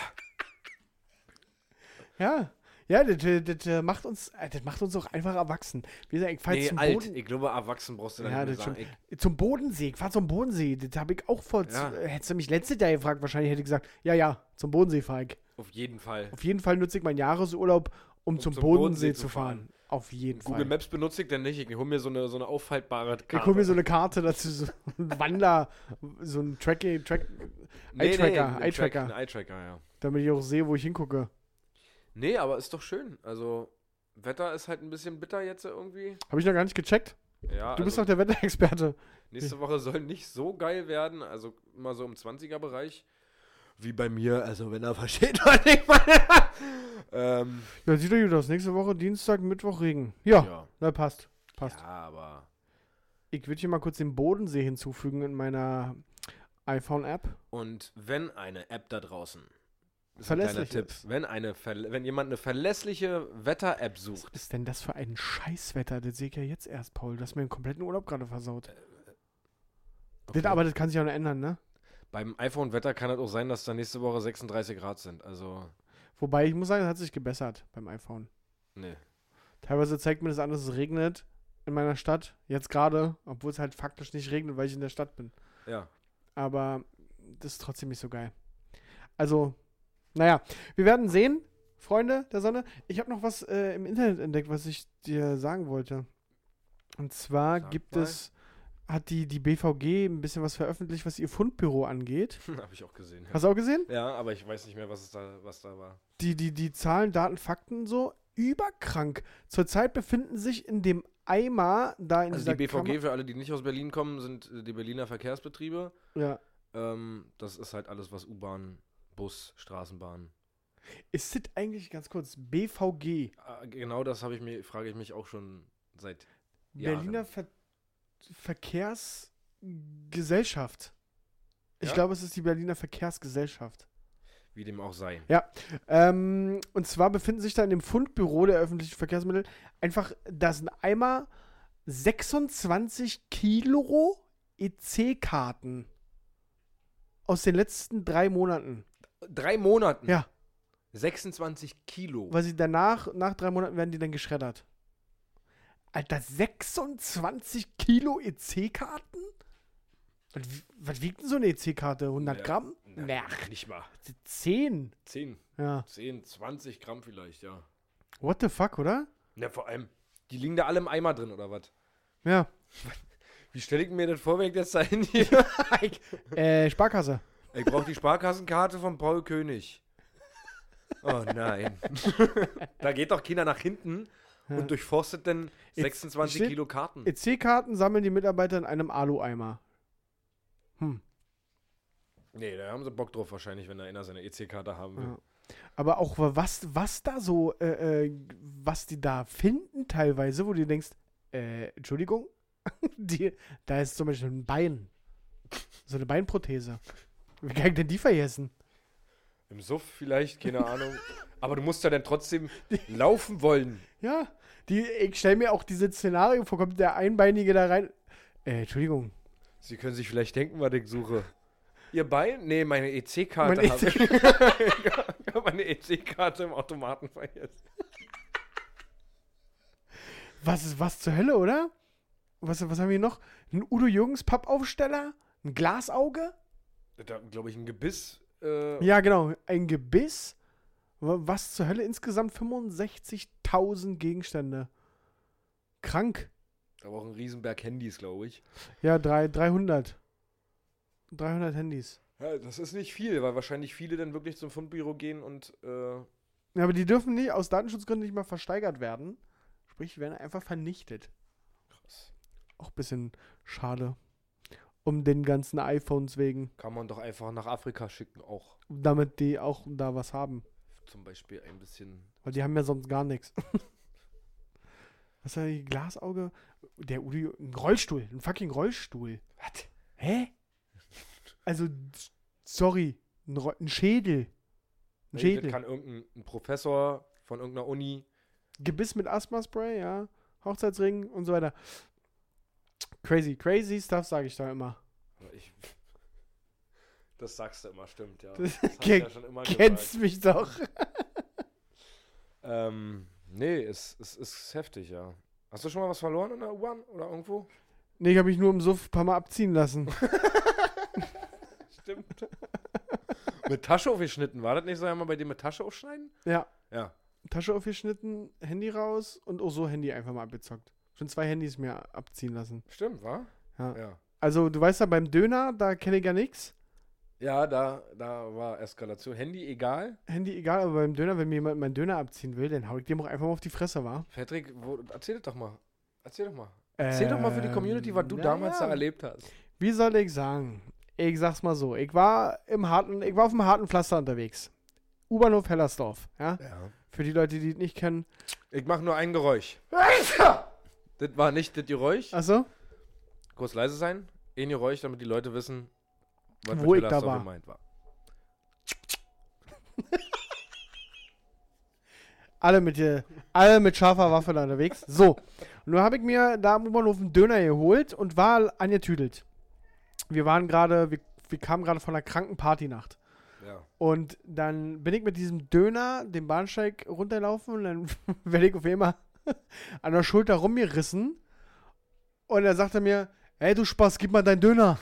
Speaker 3: Ja. Ja, das, äh, das, äh, macht uns, äh, das macht uns auch einfach erwachsen. Wie gesagt, ich fahre
Speaker 2: nee,
Speaker 3: zum,
Speaker 2: alt.
Speaker 3: Boden,
Speaker 2: Ich glaube, erwachsen brauchst du dann
Speaker 3: Ja,
Speaker 2: nicht
Speaker 3: das
Speaker 2: mehr sagen.
Speaker 3: stimmt. zum Bodensee. Ich fahre zum Bodensee. Das habe ich auch vor.
Speaker 2: Ja.
Speaker 3: äh, Hättest du mich letztes Jahr gefragt, wahrscheinlich hätte ich gesagt, ja, ja, zum Bodensee fahre ich.
Speaker 2: Ich, auf jeden Fall.
Speaker 3: Auf jeden Fall nutze ich meinen Jahresurlaub, um, zum, Bodensee, zu fahren. Auf jeden
Speaker 2: Google
Speaker 3: Fall.
Speaker 2: Maps benutze ich denn nicht. Ich hole mir so eine, so eine auffaltbare Karte.
Speaker 3: Ich hol mir so eine Karte dazu, so ein Wander, so ein Track, Track, Eye-Tracker,
Speaker 2: einen
Speaker 3: Eye-Tracker.
Speaker 2: Track- einen Eye-Tracker, ja.
Speaker 3: damit ich auch sehe, wo ich hingucke.
Speaker 2: Nee, aber ist doch schön. Also, Wetter ist halt ein bisschen bitter jetzt irgendwie.
Speaker 3: Habe ich noch gar nicht gecheckt.
Speaker 2: Ja,
Speaker 3: Du bist
Speaker 2: also
Speaker 3: doch der Wetterexperte.
Speaker 2: nächste Woche soll nicht so geil werden. Also, immer so im 20er-Bereich. Wie bei mir. Also, wenn er versteht, was ich meine. ähm,
Speaker 3: Ja, sieht doch gut aus. Nächste Woche Dienstag, Mittwoch Regen. Ja,
Speaker 2: ja.
Speaker 3: na passt.
Speaker 2: ja,
Speaker 3: Passt.
Speaker 2: aber.
Speaker 3: Ich würde hier mal kurz den Bodensee hinzufügen in meiner iPhone-App.
Speaker 2: Und wenn eine App da draußen. ist ein kleiner
Speaker 3: Verlässlich.
Speaker 2: Tipp.
Speaker 3: ist.
Speaker 2: Wenn, eine, verl- wenn jemand eine verlässliche Wetter-App
Speaker 3: Was
Speaker 2: sucht.
Speaker 3: ist denn das für ein Scheißwetter? Das sehe ich ja jetzt erst, Paul. Du hast mir den kompletten Urlaub gerade versaut.
Speaker 2: Okay.
Speaker 3: Das, aber das kann sich ja noch ändern, ne?
Speaker 2: Beim iPhone-Wetter kann es auch sein, dass da nächste Woche 36 Grad sind. Also,
Speaker 3: Wobei, ich muss sagen, das hat sich gebessert beim iPhone.
Speaker 2: nee.
Speaker 3: Teilweise zeigt mir das an, dass es regnet in meiner Stadt. Jetzt gerade, obwohl es halt faktisch nicht regnet, weil ich in der Stadt bin.
Speaker 2: Ja.
Speaker 3: Aber das ist trotzdem nicht so geil. Also, naja, wir werden sehen, Freunde der Sonne. Ich habe noch was äh, im Internet entdeckt, was ich dir sagen wollte. Und zwar
Speaker 2: Sag
Speaker 3: gibt
Speaker 2: mal.
Speaker 3: es, hat die, die BVG ein bisschen was veröffentlicht, was ihr Fundbüro angeht.
Speaker 2: Habe ich auch gesehen. Ja.
Speaker 3: Hast du auch gesehen?
Speaker 2: ja, aber ich weiß nicht mehr, was, es da, was da war.
Speaker 3: die, die, die Zahlen, Daten, Fakten so überkrank. Zurzeit befinden sich in dem Eimer da in
Speaker 2: Also
Speaker 3: dieser
Speaker 2: die BVG,
Speaker 3: Kammer-
Speaker 2: für alle, die nicht aus Berlin kommen, sind äh, die Berliner Verkehrsbetriebe.
Speaker 3: ja.
Speaker 2: Ähm, das ist halt alles, was U-Bahn, Bus, Straßenbahn.
Speaker 3: Ist das eigentlich ganz kurz? BVG,
Speaker 2: Äh, genau das habe ich mir, frage ich mich auch schon seit. Jahren.
Speaker 3: Berliner Ver Verkehrsgesellschaft. Ich
Speaker 2: Ja?
Speaker 3: glaube, es ist die Berliner Verkehrsgesellschaft.
Speaker 2: Wie dem auch sei.
Speaker 3: Ähm, und zwar befinden sich da in dem Fundbüro der öffentlichen Verkehrsmittel einfach, da sind einmal 26 Kilo EC-Karten E aus den letzten drei Monaten.
Speaker 2: Drei Monaten.
Speaker 3: Ja.
Speaker 2: 26 Kilo.
Speaker 3: Weil sie danach, nach drei Monaten werden die dann geschreddert. Alter, 26 Kilo EC-Karten? E Was, wie- was wiegt denn so eine EC-Karte? 100
Speaker 2: Ja.
Speaker 3: Gramm?
Speaker 2: Na,
Speaker 3: Na,
Speaker 2: Nicht mal.
Speaker 3: 10.
Speaker 2: 10,
Speaker 3: Ja.
Speaker 2: 10, 20 Gramm vielleicht, ja.
Speaker 3: What the fuck, oder?
Speaker 2: Na, vor allem, die liegen da alle im Eimer drin, oder was?
Speaker 3: Ja.
Speaker 2: Wie stelle ich mir das vor, wenn ich das da hingehe?
Speaker 3: äh, Sparkasse.
Speaker 2: ich brauche die Sparkassenkarte von Paul König. Oh nein. da geht doch keiner nach hinten
Speaker 3: Ja.
Speaker 2: und durchforstet dann
Speaker 3: Jetzt
Speaker 2: 26
Speaker 3: steht-
Speaker 2: Kilo Karten.
Speaker 3: EC-Karten E sammeln die Mitarbeiter in einem Alueimer.
Speaker 2: Nee, da haben sie Bock drauf wahrscheinlich, wenn da einer seine EC-Karte haben will.
Speaker 3: Ja. Aber auch was, was da so, äh, äh, was die da finden teilweise, wo du denkst, äh, Entschuldigung, die, da ist zum Beispiel ein Bein. So eine Beinprothese. Wie kann ich denn die vergessen?
Speaker 2: Im Suff vielleicht, keine Ahnung. Aber du musst ja dann trotzdem laufen wollen.
Speaker 3: Ja, die, ich stelle mir auch diese Szenario vor, kommt der Einbeinige da rein. Äh, Entschuldigung.
Speaker 2: Sie können sich vielleicht denken, was ich suche. Ihr Bein? Nee, meine EC-Karte
Speaker 3: Mein
Speaker 2: habe ich. ich habe meine EC-Karte im Automaten vergessen.
Speaker 3: Was ist was zur Hölle, oder? Was, was haben wir noch? Ein Udo Jürgens Pappaufsteller? Ein Glasauge?
Speaker 2: Da glaube ich ein Gebiss. Äh,
Speaker 3: Ja, genau. Ein Gebiss. Wa- Was zur Hölle? Insgesamt 65.000 Gegenstände. Krank.
Speaker 2: Aber auch ein Riesenberg Handys, glaube ich.
Speaker 3: Ja, drei, 300. 300 Handys.
Speaker 2: Ja, das ist nicht viel, weil wahrscheinlich viele dann wirklich zum Fundbüro gehen und äh,
Speaker 3: Ja, aber die dürfen nicht aus Datenschutzgründen nicht mal versteigert werden. Sprich, die werden einfach vernichtet. Auch ein bisschen schade. Um den ganzen iPhones wegen.
Speaker 2: kann man doch einfach nach Afrika schicken, auch
Speaker 3: Damit die auch da was haben.
Speaker 2: zum Beispiel ein bisschen.
Speaker 3: Weil die haben ja sonst gar nichts. Was war die Glasauge? Der Udi, ein Rollstuhl, ein fucking Rollstuhl. Was? Hä? Also, s- sorry, ein, Roll- ein Schädel. Ein
Speaker 2: Nee, das
Speaker 3: Schädel.
Speaker 2: kann irgendein ein Professor von irgendeiner Uni.
Speaker 3: Gebiss mit Asthma-Spray, ja. Hochzeitsring und so weiter. Crazy, crazy Stuff, sage ich da immer.
Speaker 2: Ich, das sagst du immer, stimmt, ja.
Speaker 3: Das-
Speaker 2: hab ich
Speaker 3: Ken-
Speaker 2: schon immer
Speaker 3: Kennst mich doch.
Speaker 2: Ähm, nee, es, es, es ist heftig, ja. Hast du schon mal was verloren in der U-Bahn oder irgendwo?
Speaker 3: Nee, ich habe mich nur im Suff ein paar Mal abziehen lassen.
Speaker 2: Stimmt. mit Tasche aufgeschnitten, war das nicht so einmal bei dir mit Tasche aufschneiden?
Speaker 3: Ja.
Speaker 2: Ja.
Speaker 3: Tasche aufgeschnitten, Handy raus und auch so Handy einfach mal abgezockt. Schon zwei Handys mir abziehen lassen.
Speaker 2: Stimmt, war?
Speaker 3: Ja.
Speaker 2: Ja,
Speaker 3: Also, du weißt ja, beim Döner, da kenne ich ja nichts.
Speaker 2: ja da, da war Eskalation. Handy egal.
Speaker 3: Handy egal, aber beim Döner, wenn mir jemand meinen Döner abziehen will, dann hau ich dem auch einfach mal auf die Fresse, wa?
Speaker 2: Patrick, wo, erzähl das doch mal. Erzähl doch mal. Erzähl doch mal für die
Speaker 3: Ähm,
Speaker 2: Community, was du
Speaker 3: na
Speaker 2: damals
Speaker 3: ja.
Speaker 2: da erlebt hast.
Speaker 3: Wie soll ich sagen? Ich sag's mal so, ich war im harten, ich war auf dem harten Pflaster unterwegs. U-Bahnhof Hellersdorf, ja?
Speaker 2: Ja.
Speaker 3: Für die Leute, die es nicht kennen.
Speaker 2: Ich mach nur ein Geräusch. das war nicht das Geräusch.
Speaker 3: Achso?
Speaker 2: Kurz leise sein. Ein Geräusch, damit die Leute wissen, was
Speaker 3: Wo
Speaker 2: mit
Speaker 3: ich da
Speaker 2: Hellas
Speaker 3: war.
Speaker 2: gemeint war.
Speaker 3: Alle mit, ihr- alle mit scharfer Waffe da unterwegs. So. Und nun habe ich mir da am U-Bahnhof einen Döner geholt und war angetüdelt. Wir waren gerade, wir, wir kamen gerade von einer kranken Partynacht.
Speaker 2: Ja.
Speaker 3: Und dann bin ich mit diesem Döner den Bahnsteig runterlaufen und dann werde ich auf einmal an der Schulter rumgerissen. Und er sagte mir, hey du Spaß, gib mal deinen Döner.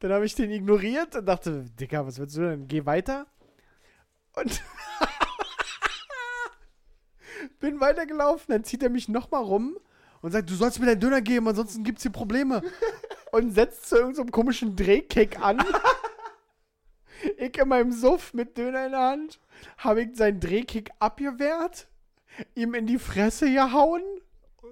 Speaker 3: dann habe ich den ignoriert und dachte, Dicker, was willst du denn? Geh weiter. Und bin weitergelaufen, dann zieht er mich nochmal rum und sagt, du sollst mir deinen Döner geben, ansonsten gibt's hier Probleme. und setzt zu irgendeinem komischen Drehkick an. Ich in meinem Suff mit Döner in der Hand habe ich seinen Drehkick abgewehrt, ihm in die Fresse gehauen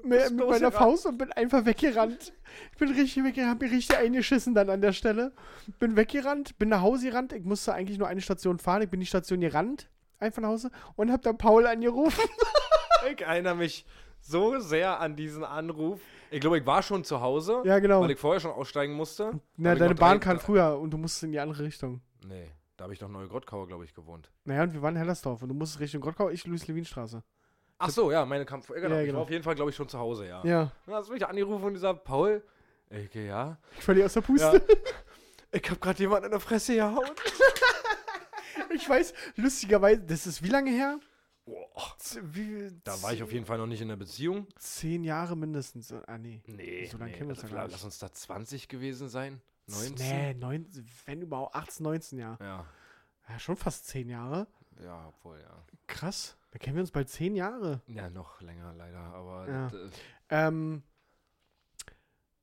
Speaker 3: mit, mit meiner
Speaker 2: losgerannt.
Speaker 3: Faust und bin einfach weggerannt. Ich bin richtig weggerannt, hab mich richtig eingeschissen dann an der Stelle. Bin weggerannt, bin nach Hause gerannt. Ich musste eigentlich nur eine Station fahren. Ich bin die Station gerannt, einfach nach Hause und hab dann Paul angerufen.
Speaker 2: Ich erinnere mich so sehr an diesen Anruf. Ich glaube, ich war schon zu Hause,
Speaker 3: Ja, genau.
Speaker 2: weil ich vorher schon aussteigen musste.
Speaker 3: Na,
Speaker 2: Hab ich
Speaker 3: deine
Speaker 2: noch drei-
Speaker 3: Bahn kam früher und du musstest in die andere Richtung.
Speaker 2: Nee, da habe ich noch Neue Grottkauer, glaube ich, gewohnt.
Speaker 3: Naja, und wir waren in Hellersdorf und du musstest Richtung Gottkau, ich Louis-Lewin-Straße.
Speaker 2: Ach so, ja, meine Kampf. Genau,
Speaker 3: Ja,
Speaker 2: Ich
Speaker 3: genau.
Speaker 2: war auf jeden Fall, glaube ich, schon zu Hause, ja.
Speaker 3: Ja,
Speaker 2: Dann hast du mich angerufen und gesagt, Paul, ich gehe ja.
Speaker 3: ich völlig aus der
Speaker 2: ja.
Speaker 3: Puste.
Speaker 2: ich habe gerade jemanden in der Fresse gehauen.
Speaker 3: Ich weiß, lustigerweise, das ist wie lange her?
Speaker 2: Boah,
Speaker 3: Z- wie-
Speaker 2: da war ich auf jeden Fall noch nicht in einer Beziehung.
Speaker 3: Zehn Jahre mindestens. Ah, nee.
Speaker 2: Nee,
Speaker 3: So lange
Speaker 2: nee
Speaker 3: kennen wir uns
Speaker 2: also
Speaker 3: ja gar
Speaker 2: la-
Speaker 3: nicht.
Speaker 2: lass uns da 20 gewesen sein. 19?
Speaker 3: Nee, neun, wenn überhaupt 18, 19 Jahre.
Speaker 2: Ja,
Speaker 3: Ja, schon fast zehn Jahre.
Speaker 2: ja, obwohl, ja.
Speaker 3: Krass. Da kennen wir uns bald zehn Jahre.
Speaker 2: Ja, noch länger leider, aber
Speaker 3: Ja.
Speaker 2: d- äh,
Speaker 3: Ähm,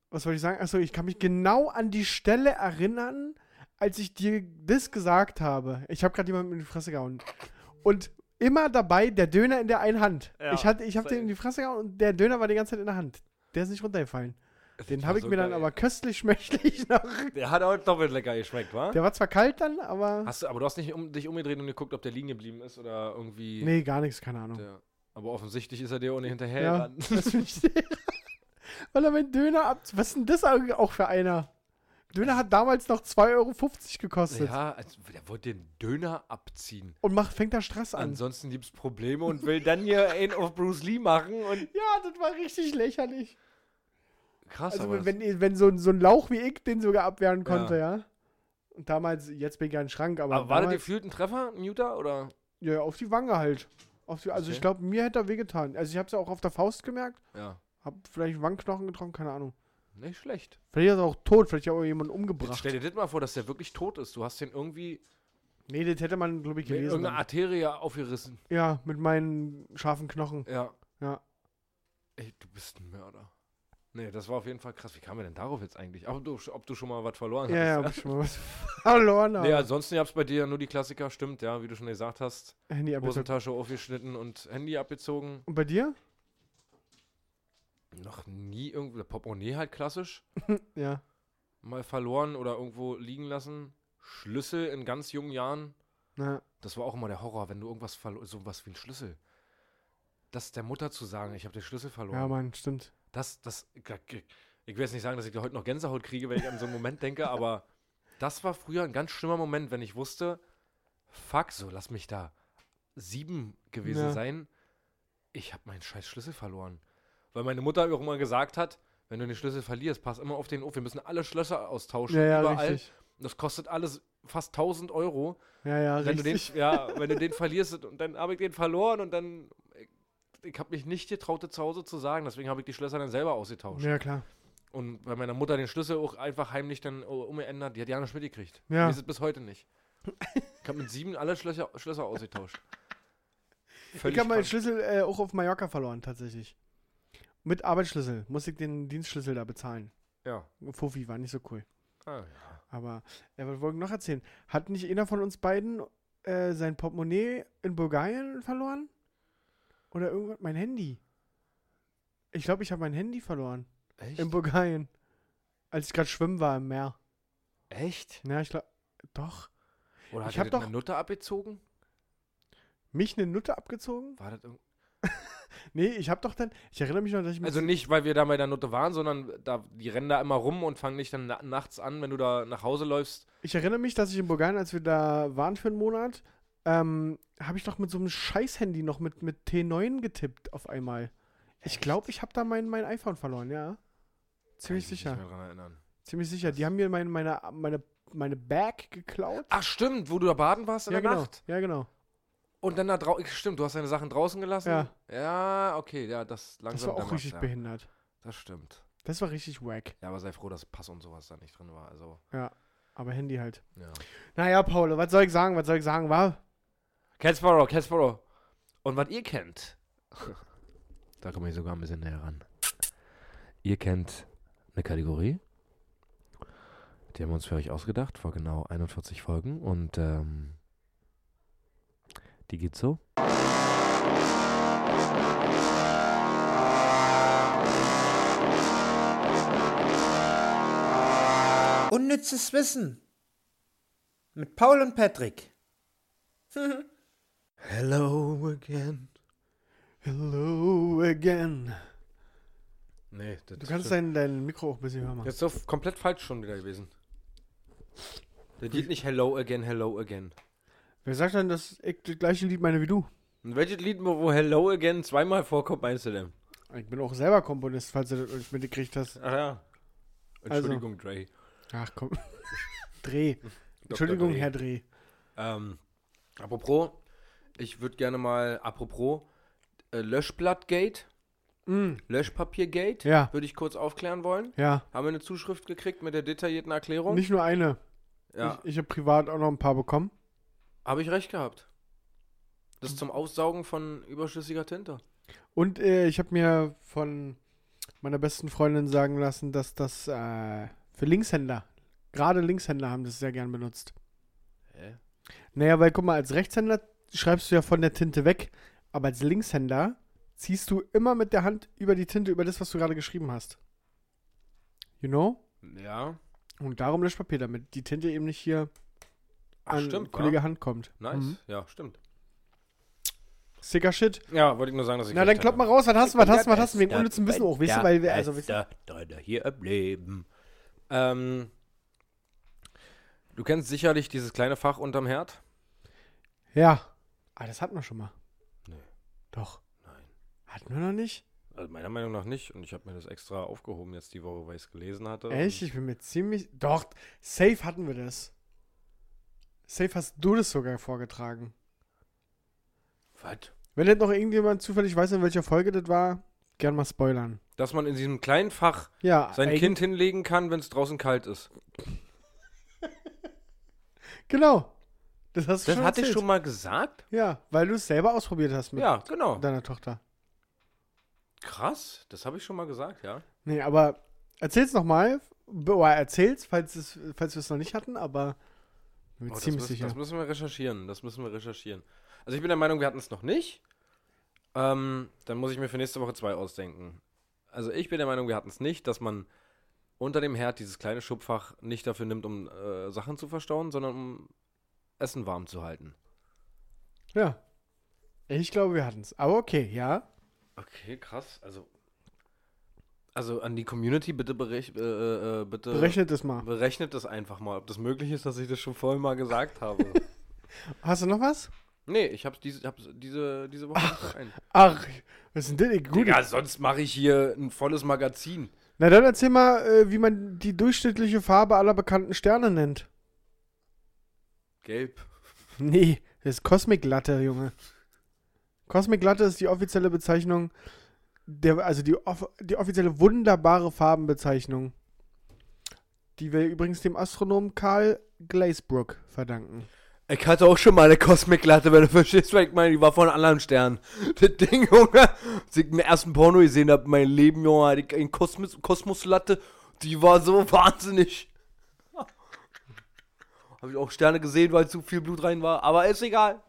Speaker 3: was soll ich sagen? Achso, ich kann mich genau an die Stelle erinnern, als ich dir das gesagt habe. Ich habe gerade jemandem in die Fresse gehauen. Und immer dabei der Döner in der einen Hand.
Speaker 2: Ja,
Speaker 3: ich hatte, ich habe
Speaker 2: safe.
Speaker 3: den in die Fresse gehauen und der Döner war die ganze Zeit in der Hand. Der ist nicht runtergefallen. Den
Speaker 2: war
Speaker 3: habe ich
Speaker 2: so
Speaker 3: mir dann
Speaker 2: geil.
Speaker 3: aber köstlich schmächtig noch.
Speaker 2: der hat auch doppelt lecker geschmeckt, wa?
Speaker 3: Der war zwar kalt dann, aber.
Speaker 2: Hast du, aber du hast nicht um, dich umgedreht und geguckt, ob der liegen geblieben ist oder irgendwie.
Speaker 3: Nee, gar nichts, keine Ahnung.
Speaker 2: Der, aber offensichtlich ist er dir ohne hinterher
Speaker 3: Ja,
Speaker 2: gerannt.
Speaker 3: das finde ich sehr. Weil er mein Döner ab. Was ist denn das eigentlich auch für einer? Döner hat damals noch 2,50 Euro gekostet.
Speaker 2: Ja, also, der wollte den Döner abziehen.
Speaker 3: Und macht, fängt da Stress an.
Speaker 2: Ansonsten gibt es Probleme und will dann hier einen auf Bruce Lee machen und.
Speaker 3: Ja, das war richtig lächerlich.
Speaker 2: Krass,
Speaker 3: Also,
Speaker 2: aber. das-
Speaker 3: wenn, wenn so, ein- so ein Lauch wie ich den sogar abwehren konnte, ja. Und damals, jetzt bin ich ja im Schrank, aber.
Speaker 2: aber war das
Speaker 3: damals,
Speaker 2: gefühlt ein Treffer, ein Juta? Oder?
Speaker 3: ja, auf die Wange halt. Auf die, also,
Speaker 2: Okay.
Speaker 3: ich glaube, mir hätte er wehgetan. Also, ich habe es ja auch auf der Faust gemerkt.
Speaker 2: Ja.
Speaker 3: Hab vielleicht Wangenknochen getroffen, keine Ahnung.
Speaker 2: Nicht schlecht.
Speaker 3: Vielleicht ist er auch tot, vielleicht hat er auch jemanden
Speaker 2: Jetzt
Speaker 3: umgebracht.
Speaker 2: stell dir das mal vor, dass der wirklich tot ist. Du hast den irgendwie
Speaker 3: Nee, das hätte man, glaube ich,
Speaker 2: mit
Speaker 3: gelesen.
Speaker 2: irgendeiner Arterie aufgerissen.
Speaker 3: Ja, mit meinen scharfen Knochen.
Speaker 2: Ja.
Speaker 3: Ja.
Speaker 2: Ey, du bist ein Mörder. Nee, das war auf jeden Fall krass. Wie kam er denn darauf jetzt eigentlich? Ob du, ob du schon mal was verloren
Speaker 3: Ja, ja,
Speaker 2: hast.
Speaker 3: hab ich schon mal was verloren.
Speaker 2: Nee,
Speaker 3: aber-
Speaker 2: ansonsten gab es bei dir ja nur die Klassiker, stimmt, ja, wie du schon gesagt hast.
Speaker 3: Handy abgezogen.
Speaker 2: Hosentasche aufgeschnitten und Handy abgezogen.
Speaker 3: halt- Und bei dir?
Speaker 2: Noch nie irgendwo, der Portemonnaie halt klassisch,
Speaker 3: Ja.
Speaker 2: mal verloren oder irgendwo liegen lassen. Schlüssel in ganz jungen Jahren.
Speaker 3: Na,
Speaker 2: Das war auch immer der Horror, wenn du irgendwas verloren, sowas wie ein Schlüssel. Das der Mutter zu sagen, ich habe den Schlüssel verloren.
Speaker 3: ja, Mann, stimmt.
Speaker 2: Das, das, ich will jetzt nicht sagen, dass ich da heute noch Gänsehaut kriege, wenn ich an so einen Moment denke, aber das war früher ein ganz schlimmer Moment, wenn ich wusste, fuck, so lass mich da sieben gewesen
Speaker 3: Ja.
Speaker 2: sein. Ich habe meinen scheiß Schlüssel verloren. Weil meine Mutter auch immer gesagt hat, wenn du den Schlüssel verlierst, pass immer auf den auf. Wir müssen alle Schlösser austauschen.
Speaker 3: Ja, ja,
Speaker 2: überall.
Speaker 3: richtig.
Speaker 2: Das kostet alles fast 1000 Euro.
Speaker 3: Ja, ja,
Speaker 2: Wenn du, den,
Speaker 3: richtig.
Speaker 2: ja, wenn du den verlierst und dann habe ich den verloren und dann. Ich, ich habe mich nicht getraut, das zu Hause zu sagen. Deswegen habe ich die Schlösser dann selber ausgetauscht.
Speaker 3: ja, klar.
Speaker 2: Und bei meiner Mutter den Schlüssel auch einfach heimlich dann oh, umgeändert. Die hat ja nicht mitgekriegt.
Speaker 3: Ja.
Speaker 2: Mir ist es bis heute nicht. Ich habe mit sieben alle Schlösser, Schlösser ausgetauscht. Völlig
Speaker 3: ich habe meinen
Speaker 2: krank.
Speaker 3: Schlüssel äh, auch auf Mallorca verloren, tatsächlich. Mit Arbeitsschlüssel. Musste ich den Dienstschlüssel da bezahlen.
Speaker 2: Ja.
Speaker 3: Fofi war nicht so cool.
Speaker 2: Ah, ja.
Speaker 3: Aber, äh, was wollte ich noch erzählen? Hat nicht einer von uns beiden äh, sein Portemonnaie in Bulgarien verloren? Oder irgendwas? Mein Handy. Ich glaube, ich habe mein Handy verloren.
Speaker 2: Echt?
Speaker 3: In Bulgarien. Als ich gerade schwimmen war im Meer.
Speaker 2: Echt?
Speaker 3: Na, ich glaube, doch.
Speaker 2: Oder hat
Speaker 3: Ich
Speaker 2: ich
Speaker 3: hab
Speaker 2: dir
Speaker 3: doch-
Speaker 2: eine Nutte abgezogen?
Speaker 3: Mich eine Nutte abgezogen?
Speaker 2: War das irgend-
Speaker 3: Nee, ich habe doch dann, ich erinnere mich noch, dass ich mit
Speaker 2: also nicht, weil wir da bei der Nutte waren, sondern da, die rennen da immer rum und fangen dich dann na nachts an, wenn du da nach Hause läufst.
Speaker 3: Ich erinnere mich, dass ich in Bulgarien, als wir da waren für einen Monat, ähm, habe ich doch mit so einem Scheiß-Handy noch mit, mit T9 getippt auf einmal. Ich glaube, ich habe da mein, mein iPhone verloren, ja. Ziemlich
Speaker 2: Kann ich mich
Speaker 3: sicher.
Speaker 2: Nicht mehr dran erinnern.
Speaker 3: Ziemlich sicher. Die haben mir mein, meine, meine, meine Bag geklaut.
Speaker 2: Ach stimmt, wo du da baden warst Ah, in
Speaker 3: ja,
Speaker 2: der
Speaker 3: genau.
Speaker 2: Nacht.
Speaker 3: Ja, genau.
Speaker 2: Und dann da draußen. Stimmt, du hast deine Sachen draußen gelassen.
Speaker 3: Ja.
Speaker 2: Ja, okay, ja, das
Speaker 3: Das
Speaker 2: langsam.
Speaker 3: war auch
Speaker 2: dämmert,
Speaker 3: richtig
Speaker 2: ja.
Speaker 3: behindert.
Speaker 2: Das stimmt.
Speaker 3: Das war richtig wack.
Speaker 2: Ja, aber sei froh, dass Pass und sowas da nicht drin war. Also,
Speaker 3: Aber Handy halt.
Speaker 2: ja.
Speaker 3: Naja, Paul, was soll ich sagen? Was soll ich sagen? War?
Speaker 2: Catsborough, Catsborough. Und was ihr kennt, da komme ich sogar ein bisschen näher ran. Ihr kennt eine Kategorie, die haben wir uns für euch ausgedacht, vor genau 41 Folgen. Und ähm, die geht so.
Speaker 4: Unnützes Wissen. Mit Paul und Patrick.
Speaker 2: Hello again.
Speaker 3: Hello again.
Speaker 2: Nee, das
Speaker 3: Du kannst dein, dein Mikro auch ein bisschen höher machen.
Speaker 2: Jetzt so f- komplett falsch schon wieder gewesen. Das geht nicht Hello again, Hello again.
Speaker 3: Wer sagt denn, dass ich das gleiche Lied meine wie du?
Speaker 2: Und welches Lied, wo Hello again zweimal vorkommt, meinst du denn?
Speaker 3: Ich bin auch selber Komponist, falls du das noch nicht mitgekriegt hast.
Speaker 2: Ach ja.
Speaker 3: Also-
Speaker 2: Entschuldigung, Dre.
Speaker 3: Ach komm. Dreh. Entschuldigung,
Speaker 2: Dr.
Speaker 3: Herr Dreh.
Speaker 2: Ähm, apropos, Ich würde gerne mal, apropos, äh, Löschblattgate,
Speaker 3: Mm,
Speaker 2: Löschpapiergate,
Speaker 3: Ja.
Speaker 2: würde ich kurz aufklären wollen.
Speaker 3: ja,
Speaker 2: Haben wir eine Zuschrift gekriegt mit der detaillierten Erklärung?
Speaker 3: nicht nur eine.
Speaker 2: ja.
Speaker 3: Ich, ich habe privat auch noch ein paar bekommen.
Speaker 2: Habe ich recht gehabt. Das
Speaker 3: Hm.
Speaker 2: ist zum Aussaugen von überschüssiger Tinte.
Speaker 3: Und äh, ich habe mir von meiner besten Freundin sagen lassen, dass das äh, für Linkshänder, gerade Linkshänder haben das sehr gern benutzt.
Speaker 2: Hä?
Speaker 3: Naja, weil guck mal, als Rechtshänder schreibst du ja von der Tinte weg, aber als Linkshänder ziehst du immer mit der Hand über die Tinte, über das, was du gerade geschrieben hast. You know?
Speaker 2: Ja.
Speaker 3: Und darum Löschpapier, damit die Tinte eben nicht hier
Speaker 2: Ach,
Speaker 3: an
Speaker 2: stimmt.
Speaker 3: Kollege
Speaker 2: Ja.
Speaker 3: Hand kommt.
Speaker 2: Nice.
Speaker 3: Mhm.
Speaker 2: Ja, stimmt.
Speaker 3: Sicker Shit.
Speaker 2: Ja, wollte ich nur sagen, dass ich.
Speaker 3: Na,
Speaker 2: recht
Speaker 3: dann klopp
Speaker 2: hatte.
Speaker 3: mal raus, was hast du, was hast du, was hast du, wegen unnützen Wissen auch, weißt du, weil wir, also, weißt du,
Speaker 5: Da, da, da, hier im Leben.
Speaker 2: Ähm, du kennst sicherlich dieses kleine Fach unterm Herd.
Speaker 3: Ja. Ah, das hatten wir schon mal.
Speaker 2: Nee.
Speaker 3: Doch.
Speaker 2: Nein.
Speaker 3: Hatten wir noch nicht?
Speaker 2: Also meiner Meinung nach nicht. Und ich habe mir das extra aufgehoben jetzt die Woche, weil ich es gelesen hatte.
Speaker 3: Echt?
Speaker 2: Und
Speaker 3: Ich bin mir ziemlich. Doch, safe hatten wir das. Safe hast du das sogar vorgetragen.
Speaker 2: Was?
Speaker 3: Wenn jetzt noch irgendjemand zufällig weiß, in welcher Folge das war, gern mal spoilern.
Speaker 2: Dass man in diesem kleinen Fach
Speaker 3: Ja,
Speaker 2: sein
Speaker 3: eigen-
Speaker 2: Kind hinlegen kann, wenn es draußen kalt ist.
Speaker 3: Genau. Das hast du
Speaker 2: Das
Speaker 3: schon
Speaker 2: hatte ich
Speaker 3: erzählt.
Speaker 2: schon mal gesagt?
Speaker 3: Ja, weil du es selber ausprobiert hast mit
Speaker 2: Ja, genau.
Speaker 3: deiner Tochter.
Speaker 2: Krass, das habe ich schon mal gesagt, ja.
Speaker 3: Nee, aber erzähl's nochmal. Oder erzähl's, falls, es, falls wir es noch nicht hatten, aber ich bin mir
Speaker 2: Oh, das,
Speaker 3: ziemlich
Speaker 2: müssen,
Speaker 3: sicher.
Speaker 2: das müssen wir recherchieren. Das müssen wir recherchieren. Also ich bin der Meinung, wir hatten es noch nicht. Ähm, dann muss ich mir für nächste Woche zwei ausdenken. Also ich bin der Meinung, wir hatten es nicht, dass man unter dem Herd dieses kleine Schubfach nicht dafür nimmt, um äh, Sachen zu verstauen, sondern um Essen warm zu halten.
Speaker 3: Ja. Ich glaube, wir hatten es. Aber okay, ja.
Speaker 2: Okay, krass. Also, also an die Community bitte berech äh, äh, bitte
Speaker 3: Berechnet es mal.
Speaker 2: berechnet das einfach mal, ob das möglich ist, dass ich das schon vorhin mal gesagt habe.
Speaker 3: Hast du noch was?
Speaker 2: nee, ich hab's diese, hab's diese, diese Woche nicht noch ein.
Speaker 3: Ach, was ist denn das? Gut.
Speaker 2: Digga, sonst mache ich hier ein volles Magazin.
Speaker 3: Na dann erzähl mal, äh, wie man die durchschnittliche Farbe aller bekannten Sterne nennt.
Speaker 2: Gelb.
Speaker 3: Nee, das ist Cosmic Latte, Junge. Cosmic Latte ist die offizielle Bezeichnung, der, also die, off die offizielle wunderbare Farbenbezeichnung, die wir übrigens dem Astronomen Karl Glazebrook verdanken.
Speaker 2: Ich hatte auch schon mal eine Cosmic-Latte, wenn du verstehst, weil ich meine, die war von einem anderen Stern. Das Ding, Junge, als ich den ersten Porno gesehen habe, mein Leben, Junge, hatte ich eine Kosmos- Kosmos-Latte, die war so wahnsinnig. Habe ich auch Sterne gesehen, weil zu viel Blut rein war, aber ist egal.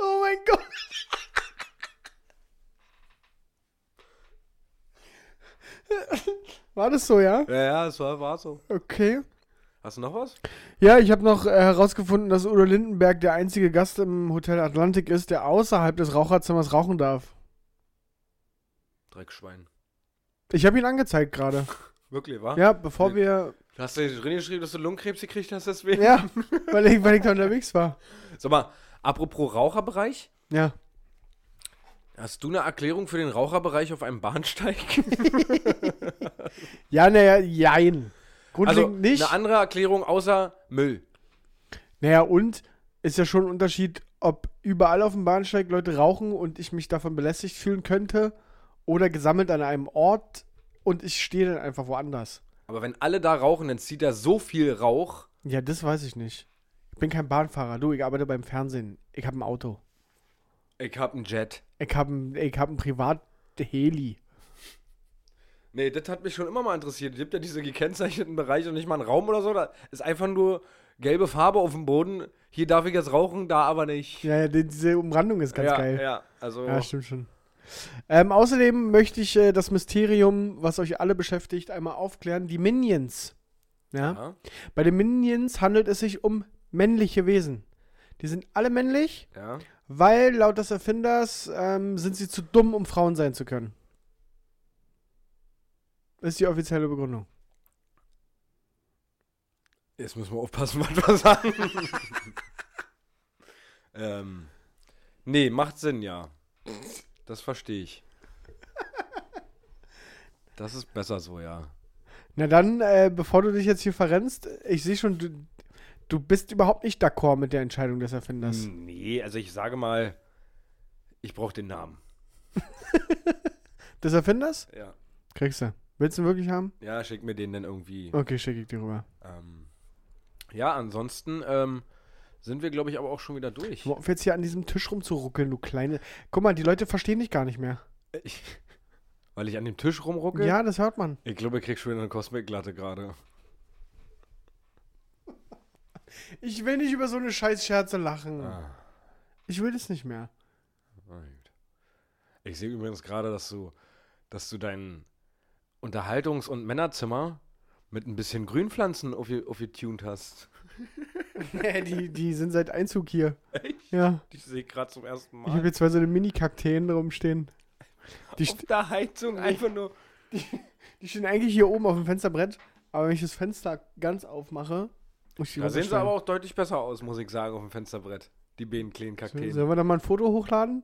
Speaker 3: Oh mein Gott. War das so, ja?
Speaker 2: Ja, ja, es war, war so.
Speaker 3: Okay.
Speaker 2: Hast du noch was?
Speaker 3: Ja, ich habe noch äh, herausgefunden, dass Udo Lindenberg der einzige Gast im Hotel Atlantik ist, der außerhalb des Raucherzimmers rauchen darf.
Speaker 2: Dreckschwein.
Speaker 3: Ich habe ihn angezeigt gerade.
Speaker 2: Wirklich, wa?
Speaker 3: Ja, bevor wir.
Speaker 2: Hast du drin geschrieben, dass du Lungenkrebs gekriegt hast deswegen?
Speaker 3: Ja, weil ich, weil ich da unterwegs war.
Speaker 2: Sag mal, apropos Raucherbereich.
Speaker 3: Ja.
Speaker 2: Hast du eine Erklärung für den Raucherbereich auf einem Bahnsteig?
Speaker 3: Ja, naja, jein.
Speaker 2: Also
Speaker 3: Grundlegend
Speaker 2: eine
Speaker 3: nicht.
Speaker 2: andere Erklärung außer Müll.
Speaker 3: Naja, und ist ja schon ein Unterschied, ob überall auf dem Bahnsteig Leute rauchen und ich mich davon belästigt fühlen könnte oder gesammelt an einem Ort und ich stehe dann einfach woanders.
Speaker 2: Aber wenn alle da rauchen, dann zieht er so viel Rauch.
Speaker 3: Ja, das weiß ich nicht. Ich bin kein Bahnfahrer. Du, ich arbeite beim Fernsehen. Ich habe ein Auto.
Speaker 2: Ich hab einen Jet.
Speaker 3: Ich habe ein, ich hab ein Privat-Heli.
Speaker 2: Nee, das hat mich schon immer mal interessiert. Es gibt ja diese gekennzeichneten Bereiche und nicht mal einen Raum oder so. Da ist einfach nur gelbe Farbe auf dem Boden. Hier darf ich jetzt rauchen, da aber nicht.
Speaker 3: Ja, ja, die- diese Umrandung ist ganz
Speaker 2: ja,
Speaker 3: geil.
Speaker 2: Ja, also.
Speaker 3: Ja, stimmt schon. Ähm, außerdem möchte ich äh, das Mysterium, was euch alle beschäftigt, einmal aufklären. Die Minions. Ja?
Speaker 2: Ja,
Speaker 3: Bei den Minions handelt es sich um männliche Wesen. Die sind alle männlich,
Speaker 2: ja.
Speaker 3: weil laut des Erfinders ähm, sind sie zu dumm, um Frauen sein zu können. Ist die offizielle Begründung.
Speaker 2: Jetzt müssen wir aufpassen, was wir sagen. ähm, nee, macht Sinn, ja. Das verstehe ich. Das ist besser so, ja.
Speaker 3: Na dann, äh, bevor du dich jetzt hier verrennst, ich sehe schon, du, du bist überhaupt nicht d'accord mit der Entscheidung des Erfinders.
Speaker 2: Nee, also ich sage mal, ich brauche den Namen.
Speaker 3: Des Erfinders?
Speaker 2: Ja.
Speaker 3: Kriegst du. Willst du ihn wirklich haben?
Speaker 2: Ja, schick mir den dann irgendwie.
Speaker 3: Okay, schicke ich dir rüber.
Speaker 2: Ähm, ja, ansonsten ähm, sind wir, glaube ich, aber auch schon wieder durch.
Speaker 3: Hör auf jetzt hier an diesem Tisch rumzuruckeln, du kleine. Guck mal, die Leute verstehen dich gar nicht mehr.
Speaker 2: Ich, weil ich an dem Tisch rumrucke?
Speaker 3: Ja, das hört man.
Speaker 2: Ich glaube, ich krieg schon wieder eine Cosmic-Glatte gerade.
Speaker 3: Ich will nicht über so eine Scheißscherze lachen.
Speaker 2: Ah.
Speaker 3: Ich will das nicht mehr.
Speaker 2: Ich sehe übrigens gerade, dass du, dass du dein Unterhaltungs- und Männerzimmer mit ein bisschen Grünpflanzen aufge- aufgetuned hast.
Speaker 3: Nee, die, die sind seit Einzug hier. Echt? Ja.
Speaker 2: Ich sehe gerade zum ersten
Speaker 3: Ich habe
Speaker 2: Mal.
Speaker 3: jetzt zwei so eine Mini-Kakteen rumstehen. Die, st-
Speaker 2: der Heizung einfach nur.
Speaker 3: die stehen eigentlich hier oben auf dem Fensterbrett, aber wenn ich das Fenster ganz aufmache, muss ich die
Speaker 2: Da sehen sie
Speaker 3: runterstellen.
Speaker 2: aber auch deutlich besser aus, muss ich sagen, auf dem Fensterbrett. Die beiden kleinen
Speaker 3: So,
Speaker 2: Kakteen.
Speaker 3: Sollen wir da mal ein Foto hochladen?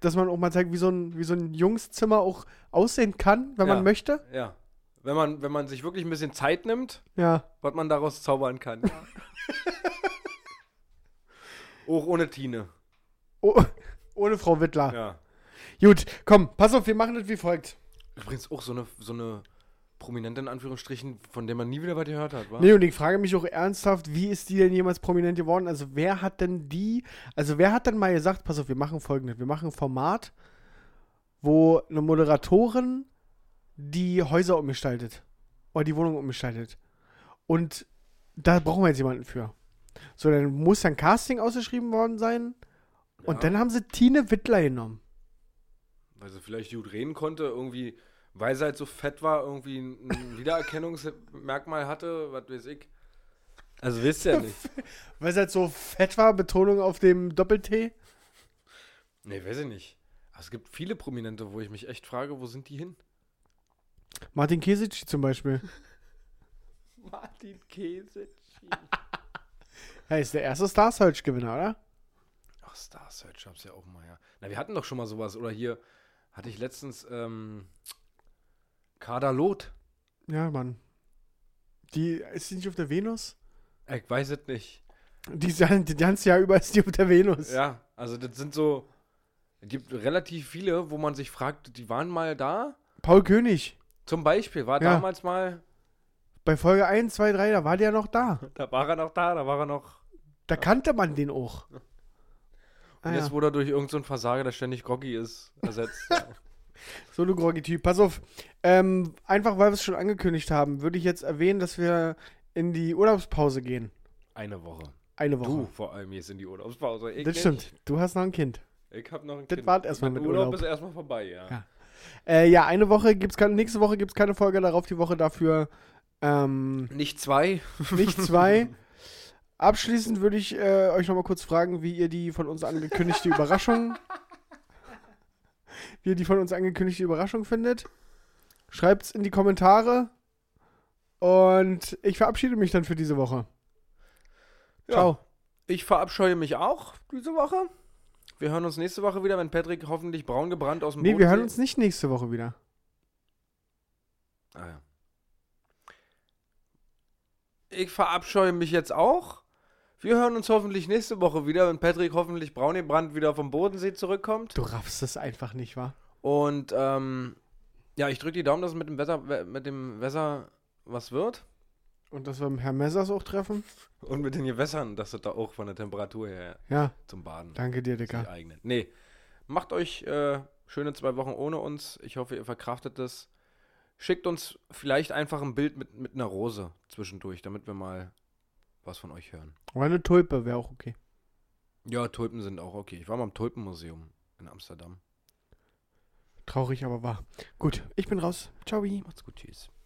Speaker 3: Dass man auch mal zeigt, wie so ein, wie so ein Jungszimmer auch aussehen kann, wenn
Speaker 2: Ja.
Speaker 3: man möchte.
Speaker 2: Ja. Wenn man, wenn man sich wirklich ein bisschen Zeit nimmt,
Speaker 3: Ja.
Speaker 2: was man daraus zaubern kann. auch ohne Tine.
Speaker 3: Oh, ohne Frau Wittler.
Speaker 2: Ja.
Speaker 3: Gut, komm, pass auf, wir machen das wie folgt.
Speaker 2: Übrigens auch so eine, so eine prominente, in Anführungsstrichen, von der man nie wieder was gehört hat, wa?
Speaker 3: Nee, und ich frage mich auch ernsthaft, wie ist die denn jemals prominent geworden? Also wer hat denn die, also wer hat denn mal gesagt, pass auf, wir machen folgendes, wir machen ein Format, wo eine Moderatorin die Häuser umgestaltet oder die Wohnung umgestaltet. Und da brauchen wir jetzt jemanden für. So, dann muss ja ein Casting ausgeschrieben worden sein. Und dann haben sie Tine Wittler genommen.
Speaker 2: Weil sie vielleicht gut reden konnte, irgendwie, weil sie halt so fett war, irgendwie ein ein Wiedererkennungsmerkmal hatte, was weiß ich. Also wisst ihr ja nicht.
Speaker 3: Weil es halt so fett war, Betonung auf dem Doppel-T.
Speaker 2: Nee, weiß ich nicht. Aber es gibt viele Prominente, wo ich mich echt frage, wo sind die hin?
Speaker 3: Martin Kesic zum Beispiel.
Speaker 2: Martin Käse.
Speaker 3: Er ist der erste Star Search-Gewinner, oder?
Speaker 2: Ach, Star Search hab's ja auch mal, ja. Na, wir hatten doch schon mal sowas. Oder hier hatte ich letztens ähm, Kader Loth.
Speaker 3: Ja, Mann. Die ist die nicht auf der Venus?
Speaker 2: Ich weiß es nicht.
Speaker 3: Die ist ja das ganze Jahr über ist die auf der Venus.
Speaker 2: Ja, also das sind so. Es gibt relativ viele, wo man sich fragt, die waren mal da.
Speaker 3: Paul König.
Speaker 2: Zum Beispiel war
Speaker 3: Ja.
Speaker 2: damals mal.
Speaker 3: Bei Folge 1, 2, 3, da war der noch da.
Speaker 2: Da war er noch da, da war er noch.
Speaker 3: Da kannte man den auch.
Speaker 2: Und
Speaker 3: Ah, ja.
Speaker 2: jetzt wurde er durch irgendeinen so einen Versager, der ständig groggy ist, ersetzt.
Speaker 3: So, du Groggy-Typ. Pass auf. Ähm, einfach, weil wir es schon angekündigt haben, würde ich jetzt erwähnen, dass wir in die Urlaubspause gehen.
Speaker 2: Eine Woche.
Speaker 3: Eine
Speaker 2: Du
Speaker 3: Woche.
Speaker 2: vor allem jetzt in die Urlaubspause. Ich
Speaker 3: das
Speaker 2: nicht.
Speaker 3: stimmt. Du hast noch ein Kind.
Speaker 2: Ich hab noch ein
Speaker 3: Das
Speaker 2: Kind.
Speaker 3: wart erst mal
Speaker 2: Mein
Speaker 3: mit Urlaub.
Speaker 2: ist erstmal vorbei, ja.
Speaker 3: Ja. Äh, ja, eine Woche gibt's keine, nächste Woche gibt's keine Folge, darauf die Woche dafür ähm,
Speaker 2: Nicht zwei.
Speaker 3: nicht zwei. Abschließend würde ich äh, euch nochmal kurz fragen, wie ihr die von uns angekündigte Überraschung, wie ihr die von uns angekündigte Überraschung findet. Schreibt's in die Kommentare. Und ich verabschiede mich dann für diese Woche.
Speaker 2: Ja.
Speaker 3: Ciao.
Speaker 2: Ich verabscheue mich auch diese Woche. Wir hören uns nächste Woche wieder, wenn Patrick hoffentlich braun gebrannt aus dem
Speaker 3: Nee, wir hören
Speaker 2: Bodensee-
Speaker 3: uns nicht nächste Woche wieder.
Speaker 2: Ah, ja. Ich verabscheue mich jetzt auch. Wir hören uns hoffentlich nächste Woche wieder, wenn Patrick hoffentlich braun gebrannt wieder vom Bodensee zurückkommt.
Speaker 3: Du raffst es einfach nicht, wa?
Speaker 2: Und ähm, ja, ich drücke die Daumen, dass es mit dem Wetter, we- mit dem Wetter was wird.
Speaker 3: Und dass wir Herrn Messers auch treffen?
Speaker 2: Und mit den Gewässern, dass es da auch von der Temperatur her
Speaker 3: Ja,
Speaker 2: zum Baden.
Speaker 3: danke dir,
Speaker 2: Die
Speaker 3: Dicker.
Speaker 2: eigenen. Nee. Macht euch äh, schöne zwei Wochen ohne uns. Ich hoffe, ihr verkraftet das. Schickt uns vielleicht einfach ein Bild mit, mit einer Rose zwischendurch, damit wir mal was von euch hören.
Speaker 3: Oder eine Tulpe wäre auch okay.
Speaker 2: Ja, Tulpen sind auch okay. Ich war mal im Tulpenmuseum in Amsterdam.
Speaker 3: Traurig, aber wahr. Gut, ich bin raus. Ciao.
Speaker 2: Macht's gut, tschüss.